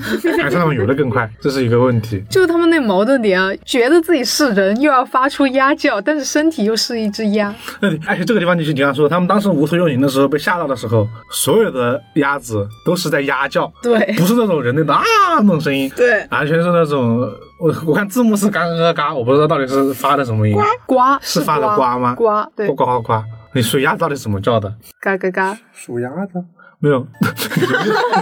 Speaker 1: 还是他们游得更快？这是一个问题。
Speaker 3: 就是他们那矛盾点啊，觉得自己是人，又要发出鸭叫，但是身体又是一只鸭。
Speaker 1: 那 你而哎且这个地方就是你刚刚说，他们当时无头幽灵的时候被吓到的时候，所有的鸭子都是在鸭叫，
Speaker 3: 对，
Speaker 1: 不是那种人类的啊那种声音，
Speaker 2: 对，
Speaker 1: 完全是那种我我看字幕是嘎嘎嘎嘎，我不知道到底是发的什么音，
Speaker 3: 瓜
Speaker 1: 是发的瓜吗
Speaker 3: 瓜，对
Speaker 1: 呱，呱呱呱。你说鸭到底怎么叫的？
Speaker 3: 嘎嘎嘎，
Speaker 4: 属鸭的，
Speaker 1: 没有，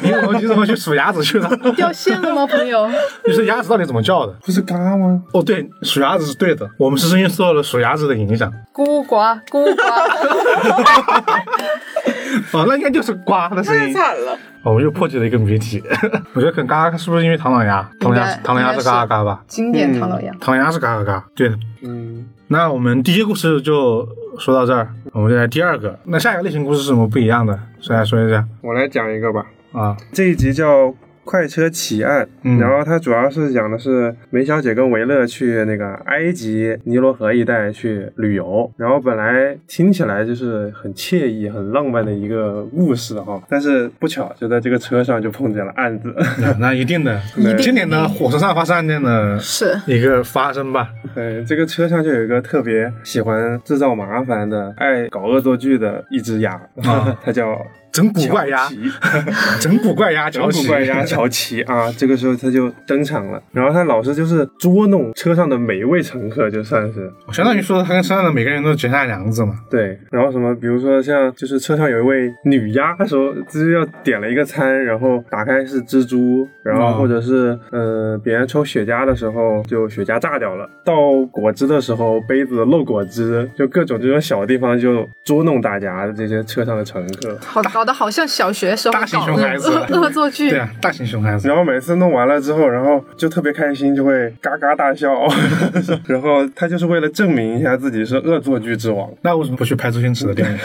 Speaker 1: 你怎么你怎么去数鸭子去了？
Speaker 3: 掉线了吗，朋友？
Speaker 1: 你说鸭子到底怎么叫的？
Speaker 4: 不是嘎吗？
Speaker 1: 哦，对，数鸭子是对的，我们是因为受到了数鸭子的影响。
Speaker 3: 孤瓜孤瓜，
Speaker 1: 哦，那应该就是呱的声
Speaker 2: 太
Speaker 1: 音。
Speaker 2: 惨了，
Speaker 1: 哦，我又破解了一个谜题。 我觉得可能嘎嘎是不是因为唐老鸭？唐老鸭
Speaker 3: 应该
Speaker 1: 唐老鸭是嘎嘎嘎吧？
Speaker 3: 经典唐老鸭。
Speaker 1: 唐老鸭是嘎嘎嘎。对，
Speaker 4: 嗯，
Speaker 1: 那我们第一个故事就说到这儿，我们就来第二个。那下一个类型故事是什么不一样的？谁来说一下
Speaker 4: 我来讲一个吧，
Speaker 1: 啊？
Speaker 4: 这一集叫《快车奇案》，
Speaker 1: 嗯
Speaker 4: 然后它主要是讲的是梅小姐跟维勒去那个埃及尼罗河一带去旅游，然后本来听起来就是很惬意、很浪漫的一个故事哈，但是不巧就在这个车上就碰见了案子，
Speaker 1: 那那一定的，
Speaker 4: 定
Speaker 1: 今年的火车上发生案件的
Speaker 3: 是
Speaker 1: 一个发生吧。
Speaker 4: 对，呃这个车上就有一个特别喜欢制造麻烦的、爱搞恶作剧的一只鸭，
Speaker 1: 啊
Speaker 4: 它叫
Speaker 1: 整蛊怪鸭
Speaker 4: 乔，奇
Speaker 1: 整蛊怪鸭，
Speaker 4: 整
Speaker 1: 整
Speaker 4: 蛊怪 鸭乔奇啊，这个时候他就登场了。然后他老是就是捉弄车上的每一位乘客，就算是
Speaker 1: 相当于说他跟车上的每个人都结下梁子嘛。
Speaker 4: 对。然后什么，比如说像就是车上有一位女鸭，她说就是要点了一个餐，然后打开是蜘蛛，然
Speaker 1: 啊
Speaker 4: 后或者是呃别人抽雪茄的时候就雪茄炸掉了，倒果汁的时候杯子漏果汁，就各种这种小地方就捉弄大家的这些车上的乘客。
Speaker 3: 好搞得好像小学时候
Speaker 1: 大型
Speaker 3: 搞
Speaker 1: 熊孩
Speaker 3: 的
Speaker 1: 子
Speaker 3: 恶恶作
Speaker 1: 对
Speaker 3: 剧。
Speaker 1: 啊，大型熊孩子
Speaker 4: 然。后每次弄完了之后，然后就特别开心，就会嘎嘎大笑。 然后他就是为了证明一下自己是恶作剧之王。
Speaker 1: 那为什么不去拍周星驰的 电影？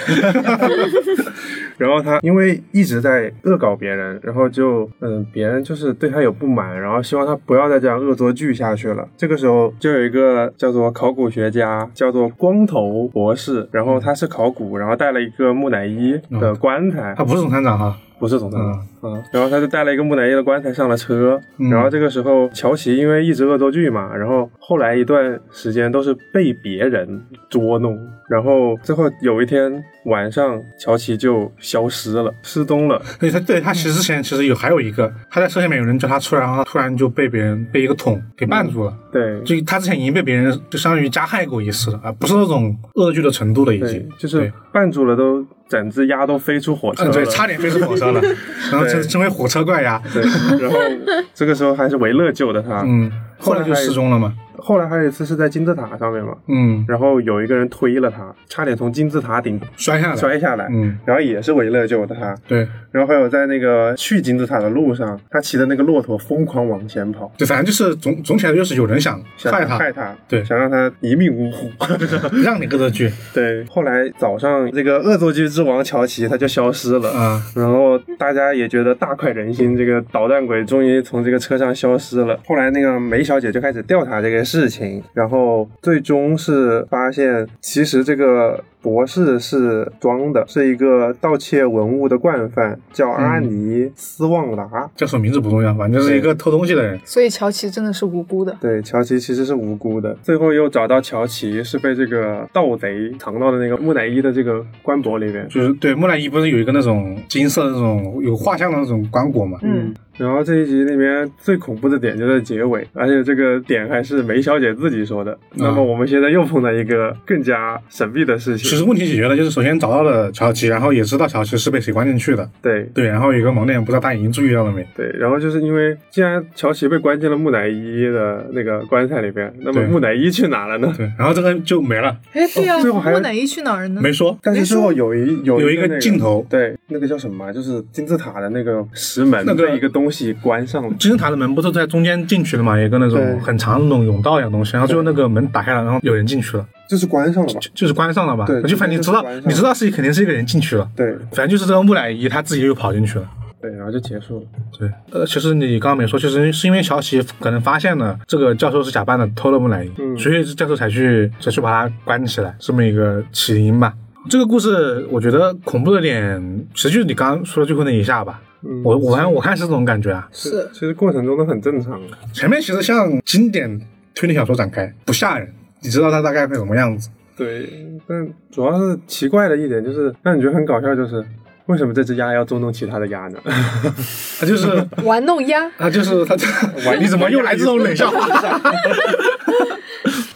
Speaker 4: 然后他因为一直在恶搞别人，然后就嗯，别人就是对他有不满，然后希望他不要再这样恶作剧下去了。这个时候就有一个叫做考古学家，叫做光头博士，然后他是考古，然后带了一个木乃伊的棺材，
Speaker 1: 啊他不是总参长哈，啊
Speaker 4: 不是总参长，嗯，然后他就带了一个木乃伊的棺材上了车，
Speaker 1: 嗯
Speaker 4: 然后这个时候乔奇因为一直恶作剧嘛，然后后来一段时间都是被别人捉弄，然后最后有一天晚上乔奇就消失了，失 踪了，
Speaker 1: 所以他对他其实之前其实有还有一个，他在车下面有人叫他出来，然后他突然就被别人被一个桶给绊住了。
Speaker 4: 对，
Speaker 1: 就他之前已经被别人就相当于加害过一次了啊，不是那种恶作剧的程度了，已
Speaker 4: 对
Speaker 1: 经，
Speaker 4: 就是
Speaker 1: 对
Speaker 4: 绊住了都整只鸭都飞出火车
Speaker 1: 嗯
Speaker 4: 了，
Speaker 1: 对，差点飞出火车了，然后成
Speaker 4: 对
Speaker 1: 成为火车怪呀，
Speaker 4: 对，然后这个时候还是维勒救的他，
Speaker 1: 嗯，后来就失踪了嘛，
Speaker 4: 后来还有一次是在金字塔上面嘛，
Speaker 1: 嗯，
Speaker 4: 然后有一个人推了他，差点从金字塔顶
Speaker 1: 摔下来，
Speaker 4: 摔下来，
Speaker 1: 嗯，
Speaker 4: 然后也是维勒救的他，
Speaker 1: 对，
Speaker 4: 然后还有在那个去金字塔的路上，他骑的那个骆驼疯狂往前跑，
Speaker 1: 就反正就是总总体来就是有人想
Speaker 4: 想
Speaker 1: 害他，
Speaker 4: 害他，
Speaker 1: 对
Speaker 4: 想让他一命 呜呼。
Speaker 1: 让你恶作剧
Speaker 4: 对，后来早上这个恶作剧之王乔奇他就消失了。
Speaker 1: 啊，
Speaker 4: 然后大家也觉得大快人心，这个捣蛋鬼终于从这个车上消失了。后来那个梅小姐就开始调查这个事情，然后最终是发现，其实这个博士是装的，是一个盗窃文物的惯犯，叫阿尼斯旺达。
Speaker 1: 叫什么名字不重要，反正就是一个偷东西的人。
Speaker 3: 所以乔奇真的是无辜的。
Speaker 4: 对，乔奇其实是无辜的。最后又找到乔奇是被这个盗贼藏到的那个木乃伊的这个棺椁里面。
Speaker 1: 就是对木乃伊不是有一个那种金色的那种有画像的那种棺椁嘛？
Speaker 2: 嗯，
Speaker 4: 然后这一集里面最恐怖的点就在结尾，而且这个点还是梅小姐自己说的。那么我们现在又碰到一个更加神秘的事
Speaker 1: 其
Speaker 4: 情，
Speaker 1: 实问题解决嗯了，就是首先找到了乔奇，然后也知道乔奇是被谁关进去的。
Speaker 4: 对
Speaker 1: 对，然后有一个盲点，不知道大家已经注意到了没？
Speaker 4: 对，然后就是因为既然乔奇被关进了木乃伊的那个棺材里边，那么
Speaker 1: 对
Speaker 4: 木乃伊去哪了呢？
Speaker 1: 对，然后这个就没了，
Speaker 3: 哎，对呀、
Speaker 4: 哦最后还
Speaker 3: 木乃伊去哪儿呢？
Speaker 1: 没说。
Speaker 4: 但是最后有一有
Speaker 1: 有
Speaker 4: 一
Speaker 1: 一
Speaker 4: 个、那
Speaker 1: 个镜，头，
Speaker 4: 对，那个叫什么啊？就是金字塔的那个石门，
Speaker 1: 那个
Speaker 4: 被一个东西关上了。
Speaker 1: 金字塔的门不是在中间进去的嘛？有一个那
Speaker 4: 对
Speaker 1: 种很长的那种甬道一样的东西，然后最后那个门打开了，然后有人进去了，
Speaker 4: 就是关上了吧？
Speaker 1: 就就是关上了吧
Speaker 4: 对？
Speaker 1: 就反正你知道
Speaker 4: 就是关上，了
Speaker 1: 你知道是肯定是一个人进去了，
Speaker 4: 对
Speaker 1: 反正就是这个木乃伊他自己又跑进去了。
Speaker 4: 对，然后就结束了。
Speaker 1: 对，呃，其实你刚刚没说，其实是因为乔奇可能发现了这个教授是假扮的偷了木乃伊，
Speaker 4: 嗯
Speaker 1: 所以教授才去才去把他关起来，这么一个起因吧。这个故事我觉得恐怖的点，其实就是你刚刚说的最后那一下吧。
Speaker 4: 嗯
Speaker 1: 我我看我看是这种感觉啊，
Speaker 3: 是
Speaker 4: 其实过程中都很正常。
Speaker 1: 前面其实像经典推理小说展开，不吓人，你知道它大概会什么样子。
Speaker 4: 对，但主要是奇怪的一点就是，让你觉得很搞笑，就是为什么这只鸭要捉弄其他的鸭呢？
Speaker 1: 它就是
Speaker 3: 玩弄鸭，
Speaker 1: 它就是它，你怎么又来这种冷笑话？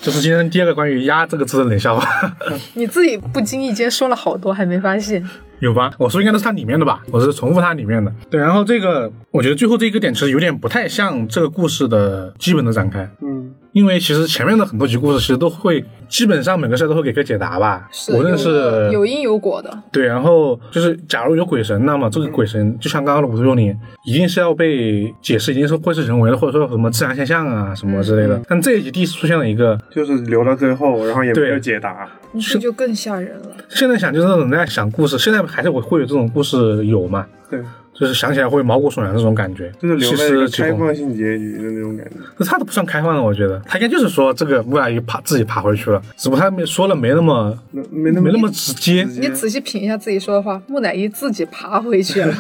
Speaker 1: 就是今天第二个关于“鸭”这个字的冷笑话。
Speaker 3: 你自己不经意间说了好多，还没发现。
Speaker 1: 有吧？我说应该都是它里面的吧，我是重复它里面的。对，然后这个我觉得最后这一个点其实有点不太像这个故事的基本的展开，
Speaker 4: 嗯，
Speaker 1: 因为其实前面的很多集故事其实都会基本上每个事儿都会给个解答吧，
Speaker 3: 是
Speaker 1: 无论
Speaker 3: 有
Speaker 1: 是
Speaker 3: 有因有果的，
Speaker 1: 对，然后就是假如有鬼神，那么这
Speaker 3: 嗯
Speaker 1: 个鬼神就像刚刚的五十六零，一定是要被解释，一定是会是人为的，或者说什么自然现象啊什么之类
Speaker 3: 嗯
Speaker 1: 的。但这一集第一次出现了一个
Speaker 4: 就是留到最后，然后也没
Speaker 1: 对
Speaker 4: 有解答。
Speaker 3: 这就更吓人了。
Speaker 1: 现在想就是那种在想故事，现在还是我会有这种故事有嘛？
Speaker 4: 对，
Speaker 1: 就是想起来会毛骨悚然的这种感觉，
Speaker 4: 就是留
Speaker 1: 其
Speaker 4: 了一
Speaker 1: 实
Speaker 4: 个
Speaker 1: 其
Speaker 4: 开
Speaker 1: 实
Speaker 4: 放性结局的那种感觉。
Speaker 1: 那他都不算开放了，我觉得他应该就是说这个木乃伊爬自己爬回去了，只不过他没说了没那么
Speaker 4: 那没那么
Speaker 1: 没那么直接，
Speaker 4: 直
Speaker 3: 你
Speaker 4: 接
Speaker 3: 仔细品一下自己说的话，木乃伊自己爬回去了，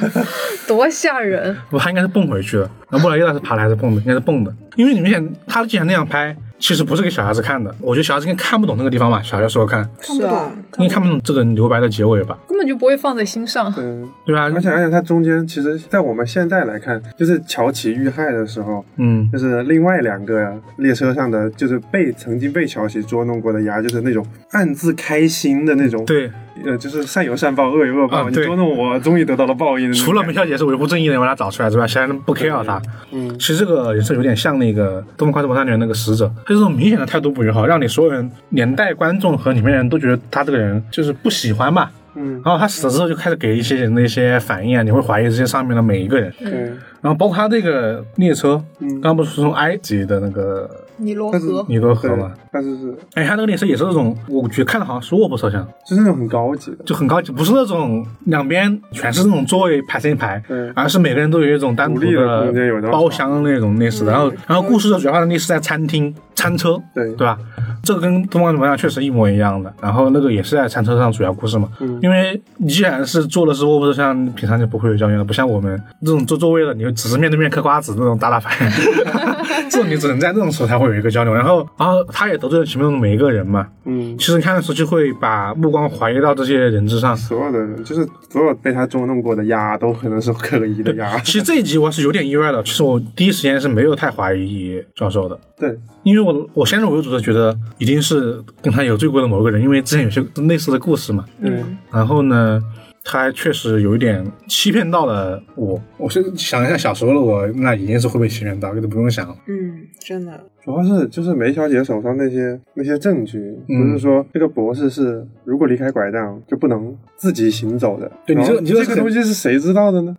Speaker 3: 多吓人！
Speaker 1: 不，他应该是蹦回去的。那木乃伊到底是爬的还是蹦的？应该是蹦的，因为你们想，他既然那样拍，其实不是给小孩子看的。我觉得小孩子应该看不懂那个地方吧，小学时候 看，
Speaker 2: 看不
Speaker 3: 是啊
Speaker 2: 懂，
Speaker 1: 应该看不懂这个留白的结尾吧，
Speaker 3: 根本就不会放在心上。
Speaker 4: 嗯，
Speaker 1: 对吧？
Speaker 4: 而且而且它中间其实，在我们现在来看，就是乔奇遇害的时候，
Speaker 1: 嗯，
Speaker 4: 就是另外两个列车上的，就是被曾经被乔奇捉弄过的鸭，就是那种暗自开心的那种，，
Speaker 1: 对，
Speaker 4: 呃，就是善有善报，恶有恶报，
Speaker 1: 啊
Speaker 4: 你
Speaker 1: 对
Speaker 4: 捉弄我，终于得到了报应的那种
Speaker 1: 除了
Speaker 4: 感
Speaker 1: 梅
Speaker 4: 觉
Speaker 1: 小姐是维护正义的人，把她找出来之外，其他人不 care 她。
Speaker 4: 嗯
Speaker 1: 其实这个人设有点像那个《东方快车谋杀员》那个死者，他这种明显的态度不友好，让你所有人连带观众和里面人都觉得他这个人就是不喜欢嘛。
Speaker 4: 嗯，
Speaker 1: 然后他死了之后就开始给一些人的一些反应啊，你会怀疑这些上面的每一个人。
Speaker 4: 对，
Speaker 1: 然后包括他这个列车，
Speaker 4: 嗯
Speaker 1: 刚刚不是从埃及的那个
Speaker 3: 尼罗河，
Speaker 1: 尼罗河
Speaker 4: 对
Speaker 1: 吗？，
Speaker 4: 但是是
Speaker 1: 哎，他那个列车也是那种，我觉得看的好像是卧铺车厢，
Speaker 4: 嗯就是那种很高级的，
Speaker 1: 就很高级，不是那种两边全是那种座位排成一排
Speaker 4: 对，
Speaker 1: 而是每个人都有一种单独
Speaker 4: 独立嗯的空间有张
Speaker 1: 包厢那种类似的。然后，然后故事的主要发生地是在餐厅、餐车，
Speaker 4: 对
Speaker 1: 对吧？这个跟《东方怎么样》确实一模一样的。然后那个也是在餐车上主要故事嘛，
Speaker 4: 嗯
Speaker 1: 因为你既然是坐的是卧铺车厢，平常就不会有胶原了，不像我们这种坐座位的，你就只是面对面嗑瓜子那种打打牌， 这种你只能在那种时候才会有一个交流。然后，然后他也得罪了前面的每一个人嘛，
Speaker 4: 嗯，
Speaker 1: 其实看的时候就会把目光怀疑到这些人之上。
Speaker 4: 所有的人就是所有被他捉弄过的鸭都可能是可疑的鸭，
Speaker 1: 其实这一集我是有点意外的，其实我第一时间是没有太怀疑教授的，
Speaker 4: 对，
Speaker 1: 因为我我先入为主的觉得一定是跟他有罪过的某个人，因为之前有些类似的故事嘛。
Speaker 4: 嗯，
Speaker 1: 然后呢，他确实有一点欺骗到了我。我是想一下小时候的我，那一定是会被欺骗到，这个不用想。
Speaker 2: 嗯，真的，
Speaker 4: 主要是就是梅小姐手上那些那些证据，
Speaker 1: 嗯
Speaker 4: 不是说这个博士是如果离开拐杖就不能自己行走的，
Speaker 1: 对你这
Speaker 4: 然后
Speaker 1: 你这个
Speaker 4: 这个
Speaker 1: 很
Speaker 4: 东西是谁知道的呢？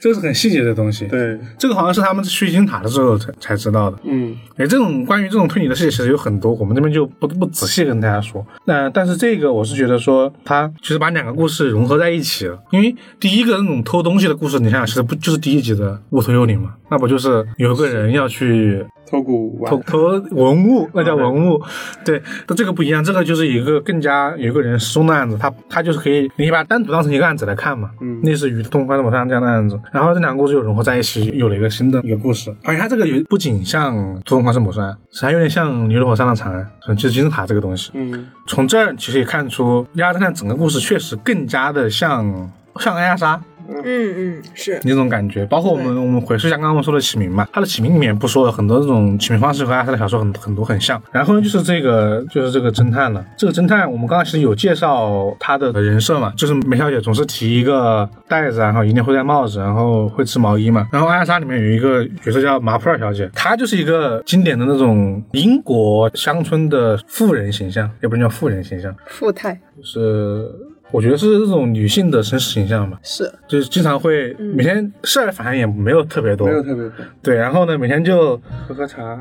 Speaker 1: 这是很细节的东西。，
Speaker 4: 对，
Speaker 1: 这个好像是他们去金字塔的时候才才知道的。
Speaker 4: 嗯，
Speaker 1: 哎，这种关于这种推理的事情其实有很多，我们这边就不不仔细跟大家说。那、但是这个我是觉得说，它其实把两个故事融合在一起了。因为第一个那种偷东西的故事，你想想，其实不就是第一集的《乌头幽灵》嘛？那不就是有个人要去
Speaker 4: 透骨物
Speaker 1: 偷
Speaker 4: 玩。
Speaker 1: 偷文物，那
Speaker 4: 啊
Speaker 1: 叫文物。对，但这个不一样，这个就是一个更加有一个人失踪的案子，他他就是可以，你可以把它单独当成一个案子来看嘛，
Speaker 4: 嗯
Speaker 1: 类似于《东方的某上这样的案子。然后这两个故事又融合在一起，有了一个新的一个故事。而且它这个有不仅像《东方是谋杀案》，还有点像《尼罗河上的长安》，就是金字塔这个东西。
Speaker 4: 嗯，
Speaker 1: 从这儿其实也看出，《鸭侦探》整个故事确实更加的像像暗杀
Speaker 2: 嗯嗯，是
Speaker 1: 那种感觉。包括我们
Speaker 2: 对
Speaker 1: 我们回溯一下刚刚我们说的启明嘛，他的启明里面不说了很多这种启明方式和阿瑟的小说很很多很像。然后呢，就是这个就是这个侦探了。这个侦探我们刚刚其实有介绍他的人设嘛，就是梅小姐总是提一个袋子啊，然后一定会戴帽子，然后会织毛衣嘛。然后暗杀里面有一个角色叫马普尔小姐，她就是一个经典的那种英国乡村的富人形象，也不能叫富人形象，
Speaker 3: 富态
Speaker 1: 就是。我觉得是这种女性的绅士形象吧，
Speaker 3: 是
Speaker 1: 就是经常会每天事儿，反正也没有特别多
Speaker 4: 没，有特别多，
Speaker 1: 对。然后呢，每天就
Speaker 4: 喝喝茶，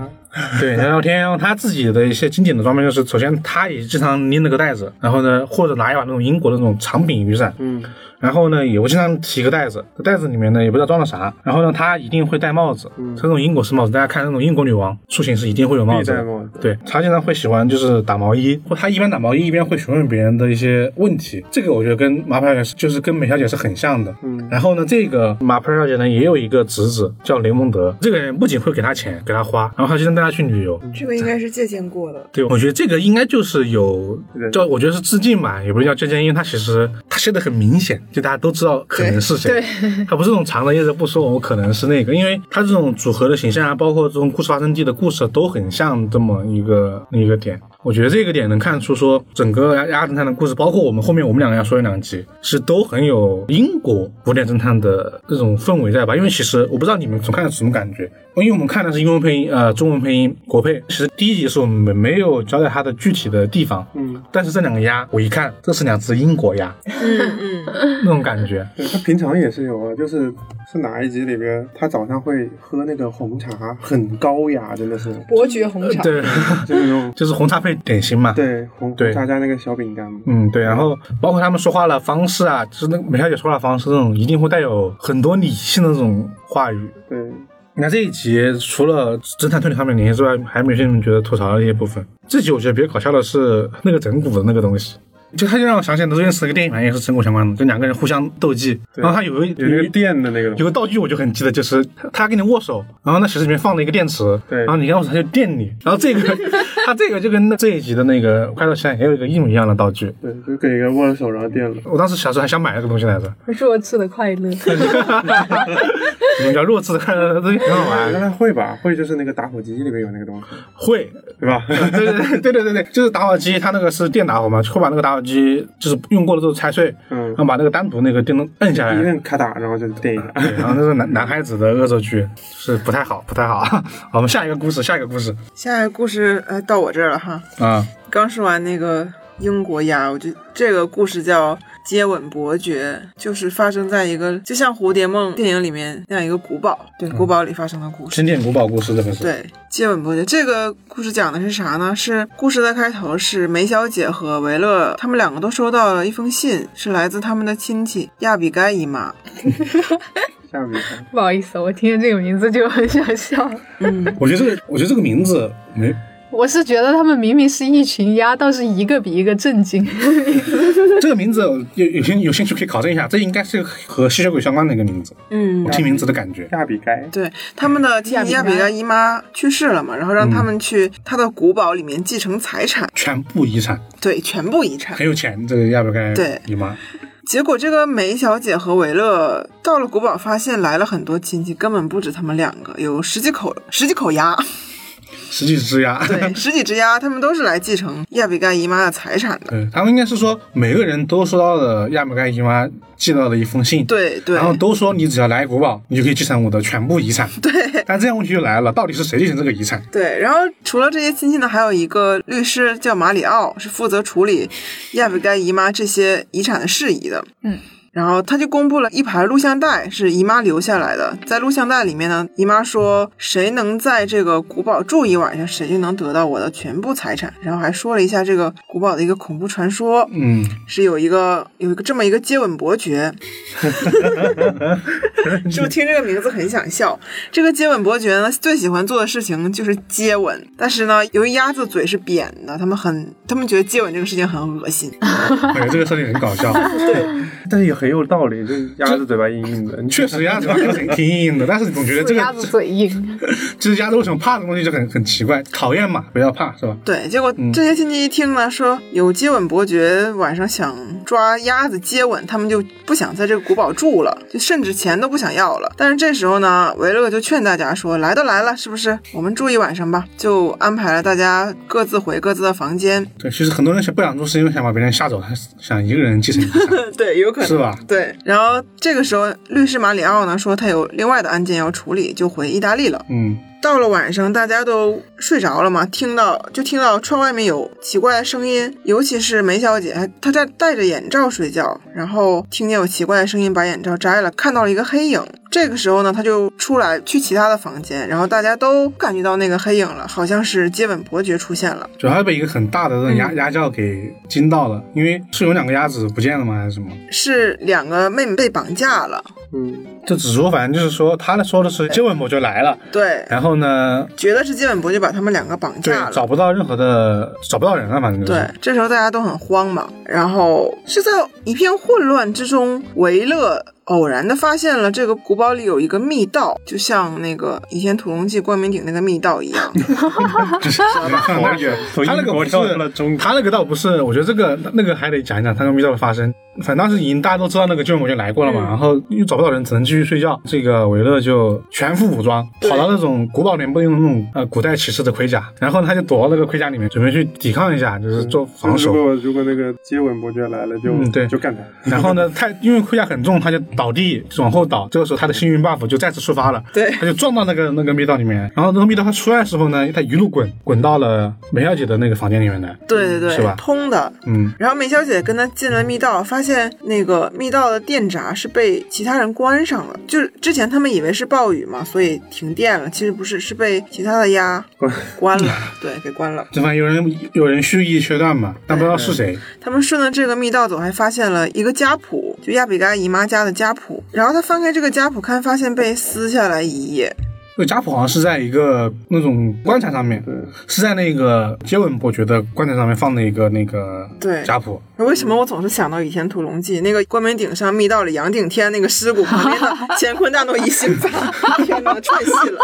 Speaker 1: 对聊聊天。然后他自己的一些经典的装备就是，首先他也经常拎了个袋子，然后呢，或者拿一把那种英国的那种长柄雨伞，
Speaker 4: 嗯，
Speaker 1: 然后呢，也会经常提个袋子，袋子里面呢也不知道装了啥。然后呢，他一定会戴帽子，
Speaker 4: 嗯
Speaker 1: 这种英国式帽子，大家看那种英国女王出行是一定会有帽
Speaker 4: 必
Speaker 1: 子
Speaker 4: 戴
Speaker 1: 的。
Speaker 4: 帽子，
Speaker 1: 对他经常会喜欢就是打毛衣，或他一边打毛衣一边会询问别人的一些问题，这个我觉得跟马普尔小姐是就是跟美小姐是很像的。嗯，然后呢，这个马普尔小姐呢也有一个侄子叫雷蒙德，这个人不仅会给他钱给他花，然后还经常带他去旅
Speaker 4: 嗯
Speaker 1: 游。
Speaker 2: 这个应该是借鉴过的。
Speaker 1: 对，我觉得这个应该就是有
Speaker 4: 人
Speaker 1: 叫，我觉得是致敬吧，也不是叫借鉴，因为他其实他写的很明显，就大家都知道可能是谁。
Speaker 3: 对，
Speaker 1: 他不是那种藏着掖着不说，我可能是那个，因为他这种组合的形象啊，包括这种故事发生地的故事啊都很像这么一个一个点。我觉得这个点能看出说整个鸭鸭侦探的故事，包括我们后面我们两个要说的两集，是都很有英国古典侦探的这种氛围在吧？因为其实我不知道你们总看的什么感觉，因为我们看的是英文配音，呃，中文配音国配。其实第一集是我们没有交代它的具体的地方，
Speaker 4: 嗯，
Speaker 1: 但是这两个鸭我一看，这是两只英国鸭，
Speaker 2: 嗯嗯，
Speaker 1: 那种感觉。
Speaker 4: 对他平常也是有啊，就是是哪一集里边，他早上会喝那个红茶，很高雅，真的是，
Speaker 3: 伯爵红茶，
Speaker 1: 呃对，
Speaker 4: 就那种
Speaker 1: 就是红茶配点心嘛。
Speaker 4: 对红
Speaker 1: 对
Speaker 4: 红茶加那个小饼干嘛，
Speaker 1: 嗯，对，然后包括他们说话的方式啊，就是那个梅小姐说话的方式，那种一定会带有很多理性的那种话语。
Speaker 4: 对，
Speaker 1: 那这一集除了侦探推理方面的联系之外，还有没有些你们觉得吐槽的一些部分？这集我觉得比较搞笑的是那个整蛊的那个东西，就他就让我想起来，这件事跟电影版也是整蛊相关的，就两个人互相斗技，
Speaker 4: 对
Speaker 1: 然后他有一
Speaker 4: 有那个电的那个
Speaker 1: 有
Speaker 4: 东西，
Speaker 1: 个道具我就很记得，就是他跟你握手，然后那鞋子里面放了一个电池，
Speaker 4: 对
Speaker 1: 然后你跟他握手他就电你，然后这个他这个就跟那这一集的那个快乐现也有一个一模一样的道具。
Speaker 4: 对，就给人握了手然后电了，
Speaker 1: 我当时小时候还想买那个东西来着，
Speaker 3: 弱智的快乐。
Speaker 1: 什么叫弱智的快乐，这很好
Speaker 4: 啊，那
Speaker 1: 玩。
Speaker 4: 他会吧？会就是那个打火机里面有那个东西，
Speaker 1: 会，
Speaker 4: 对 吧？
Speaker 1: 对对对对对对，就是打火机，它那个是电打火嘛，会把那个打火机就是用过了之后拆碎，
Speaker 4: 嗯
Speaker 1: 然后把那个单独那个电灯摁下来，
Speaker 4: 一摁咔嗒，然后就电一下。
Speaker 1: 对然后那是男男孩子的恶作剧，是不太好，不太好。 好，我们下一个故事，下一个故事
Speaker 2: 下一个故事呃到我这儿了哈。
Speaker 1: 啊，
Speaker 2: 刚说完那个英国鸭，我就这个故事叫《接吻伯爵》，就是发生在一个就像《蝴蝶梦》电影里面那样一个古堡，对，古堡里发生的故事。
Speaker 1: 经典古堡故事这个是，
Speaker 2: 对，接吻伯爵这个故事讲的是啥呢？是故事的开头是梅小姐和维勒他们两个都收到了一封信，是来自他们的亲戚亚比该姨妈。
Speaker 4: 下面看
Speaker 3: 不好意思，我听见这个名字就很想笑。
Speaker 1: 我觉得这个，我觉得这个名字没
Speaker 3: 我是觉得他们明明是一群鸭，倒是一个比一个震惊。
Speaker 1: 这个名字有有兴有兴趣可以考证一下，这应该是和吸血鬼相关的一个名字。
Speaker 2: 嗯
Speaker 1: 我听名字的感觉，
Speaker 4: 亚比该，
Speaker 2: 对，他嗯们的亲戚亚哎比该姨妈去世了嘛，然后让他们去她的古堡里面继承财产，
Speaker 1: 全部遗产
Speaker 2: 对，全部遗产。
Speaker 1: 很有钱，这个亚伯盖
Speaker 2: 对
Speaker 1: 姨妈，
Speaker 2: 结果这个梅小姐和维勒到了古堡，发现来了很多亲戚，根本不止他们两个，有十几口十几口鸭，
Speaker 1: 十几只鸭。
Speaker 2: 对， 十几只鸭，他们都是来继承亚比盖姨妈的财产的。
Speaker 1: 对，他们应该是说每个人都收到了亚伯盖姨妈寄到的一封信，，
Speaker 2: 对对
Speaker 1: 然后都 说你只要来古堡，你就可以继承我的全部遗 产。对，但这样问题就来了，到底是谁继承这个遗产？
Speaker 2: 对，然后除了这些亲戚呢，还有一个律师叫马里奥，是负责处理亚比盖姨妈这些遗产的事宜的。
Speaker 3: 嗯，
Speaker 2: 然后他就公布了一排录像带，是姨妈留下来的。在录像带里面呢，姨妈说谁能在这个古堡住一晚上，谁就能得到我的全部财产。然后还说了一下这个古堡的一个恐怖传说，
Speaker 1: 嗯，
Speaker 2: 是有一个有一个这么一个接吻伯爵，是不是听这个名字很想笑？这个接吻伯爵呢，最喜欢做的事情就是接吻，但是呢，由于鸭子嘴是扁的，他们很他们觉得接吻这个事情很恶心。
Speaker 1: 感哎觉这个设定很搞笑。
Speaker 4: 但是也很有道理，这鸭子嘴巴硬硬的，你
Speaker 1: 确实，鸭子嘴挺挺硬硬的，但是总觉得这
Speaker 3: 鸭子
Speaker 1: 个
Speaker 3: 嘴硬，
Speaker 1: 就是鸭子为什么怕这个东西就很很奇怪，讨厌嘛，不要怕是吧？
Speaker 2: 对，结果这些亲戚一听呢，说有接吻伯爵晚上想抓鸭子接吻，他们就不想在这个古堡住了，就甚至钱都不想要了。但是这时候呢，维勒就劝大家说：“来都来了，是不是？我们住一晚上吧。”就安排了大家各自回各自的房间。
Speaker 1: 对，其实很多人想不想住，是因为想把别人吓走，他想一个人继承遗产，
Speaker 2: 对，有可
Speaker 1: 是吧？
Speaker 2: 对，然后这个时候，律师马里奥呢说他有另外的案件要处理，就回意大利了。
Speaker 1: 嗯，
Speaker 2: 到了晚上，大家都睡着了嘛，听到就听到窗外面有奇怪的声音，尤其是梅小姐，还她在戴着眼罩睡觉，然后听见有奇怪的声音，把眼罩摘了，看到了一个黑影。这个时候呢，她就出来去其他的房间，然后大家都感觉到那个黑影了，好像是接吻伯爵出现了。
Speaker 1: 主要是被一个很大的这种
Speaker 2: 嗯
Speaker 1: 鸭鸭叫给惊到了，因为是有两个鸭子不见了吗？还是什么？
Speaker 2: 是两个妹妹被绑架了，
Speaker 4: 嗯，
Speaker 1: 这只说反正就是说，他说的是接吻我就来了，
Speaker 2: 对，
Speaker 1: 然后呢，
Speaker 2: 觉得是接吻伯爵把他们两个绑
Speaker 1: 对
Speaker 2: 架，了。
Speaker 1: 找不到任何的找不到人了，反正就是
Speaker 2: 对，这时候大家都很慌忙，然后是在一片混乱之中，维勒偶然的发现了这个古堡里有一个密道，就像那个《倚天屠龙记》关明鼎那个密道一 样。
Speaker 4: 好远，从
Speaker 1: 他那
Speaker 4: 英
Speaker 1: 个
Speaker 4: 国
Speaker 1: 不
Speaker 4: 跳到了
Speaker 1: 是，
Speaker 4: 中国，
Speaker 1: 他那个倒不是，我觉得这个那个还得讲一讲他跟密道的发生。反正当时已经大家都知道那个救援我就来过了嘛，然后又找不到人，只能继续睡觉。这个维勒就全副武装，跑到那种古堡联盟用那种呃古代骑士的盔甲，然后他就躲到那个盔甲里面，准备去抵抗一下，就是做 防守
Speaker 4: 如。果如果那个接吻伯爵来了，就
Speaker 1: 嗯对
Speaker 4: 就干他，
Speaker 1: 然后呢，他因为盔甲很重，他就倒地往后倒。这个时候他的幸运 buff 就再次触发了，
Speaker 2: 对
Speaker 1: 他就撞到那个那个密道里面。然后那个密道他出来的时候呢，他一路滚滚到了梅小姐的那个房间里面来。
Speaker 2: 对对对，
Speaker 1: 是吧
Speaker 2: 通的。
Speaker 1: 嗯，
Speaker 2: 然后梅小姐跟他进了密道，发现那个密道的电闸是被其他人关上了。就是之前他们以为是暴雨嘛，所以停电了，其实不是，是被其他的鸭
Speaker 4: 关
Speaker 2: 关 了，对，给关了。
Speaker 1: 这反正有人有人蓄意切断嘛，但不知道是谁。
Speaker 2: 他们顺着这个密道走，还发现了一个家谱，就亚比该姨妈家的家谱。然后他翻开这个家谱看，发现被撕下来一页。
Speaker 1: 这个家谱好像是在一个那种棺材上面，是在那个接吻伯爵的棺材上面放的一个那个
Speaker 2: 对
Speaker 1: 家谱。
Speaker 2: 为什么我总是想到《倚天屠龙记》那个关门顶上密道里杨顶天那个尸骨旁 边的乾坤大挪移心法？天哪，串戏了。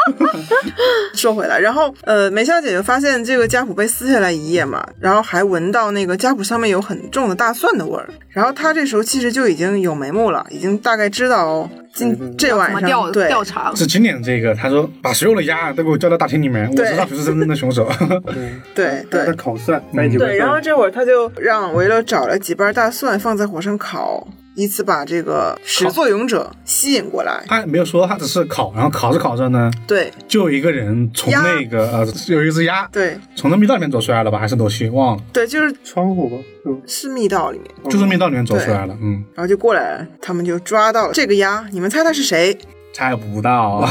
Speaker 2: 说回来，然后呃，梅小姐就发现这个家谱被撕下来一页嘛，然后还闻到那个家谱上面有很重的大蒜的味儿。然后她这时候其实就已经有眉目了，已经大概知道哦今这
Speaker 3: 怎
Speaker 2: 晚
Speaker 3: 么
Speaker 2: 上
Speaker 3: 调
Speaker 2: 对
Speaker 3: 调查？
Speaker 1: 是今年这个，他说把所有的鸭都给我叫到大厅里面，我
Speaker 2: 对
Speaker 1: 知道谁是真正的凶手。
Speaker 2: 对对
Speaker 4: 那，烤蒜在一起
Speaker 2: 对，
Speaker 4: 会
Speaker 2: 然后
Speaker 4: 蒜，
Speaker 2: 这会儿他就让维勒找了几瓣大蒜放在火上烤，以此把这个始作俑者吸引过来。
Speaker 1: 他也没有说，他只是烤，然后烤着烤着呢，
Speaker 2: 对
Speaker 1: 就有一个人从
Speaker 2: 鸭
Speaker 1: 那个呃，有一只鸭
Speaker 2: 对
Speaker 1: 从那密道里面走出来了吧，还是楼梯忘了，
Speaker 2: 对，就是
Speaker 4: 窗户吧，嗯，
Speaker 2: 是密道里面，
Speaker 1: 就是密道里面走出来了，嗯，
Speaker 2: 然后就过来了，他们就抓到了这个鸭。你们猜他是谁？
Speaker 1: 猜不到，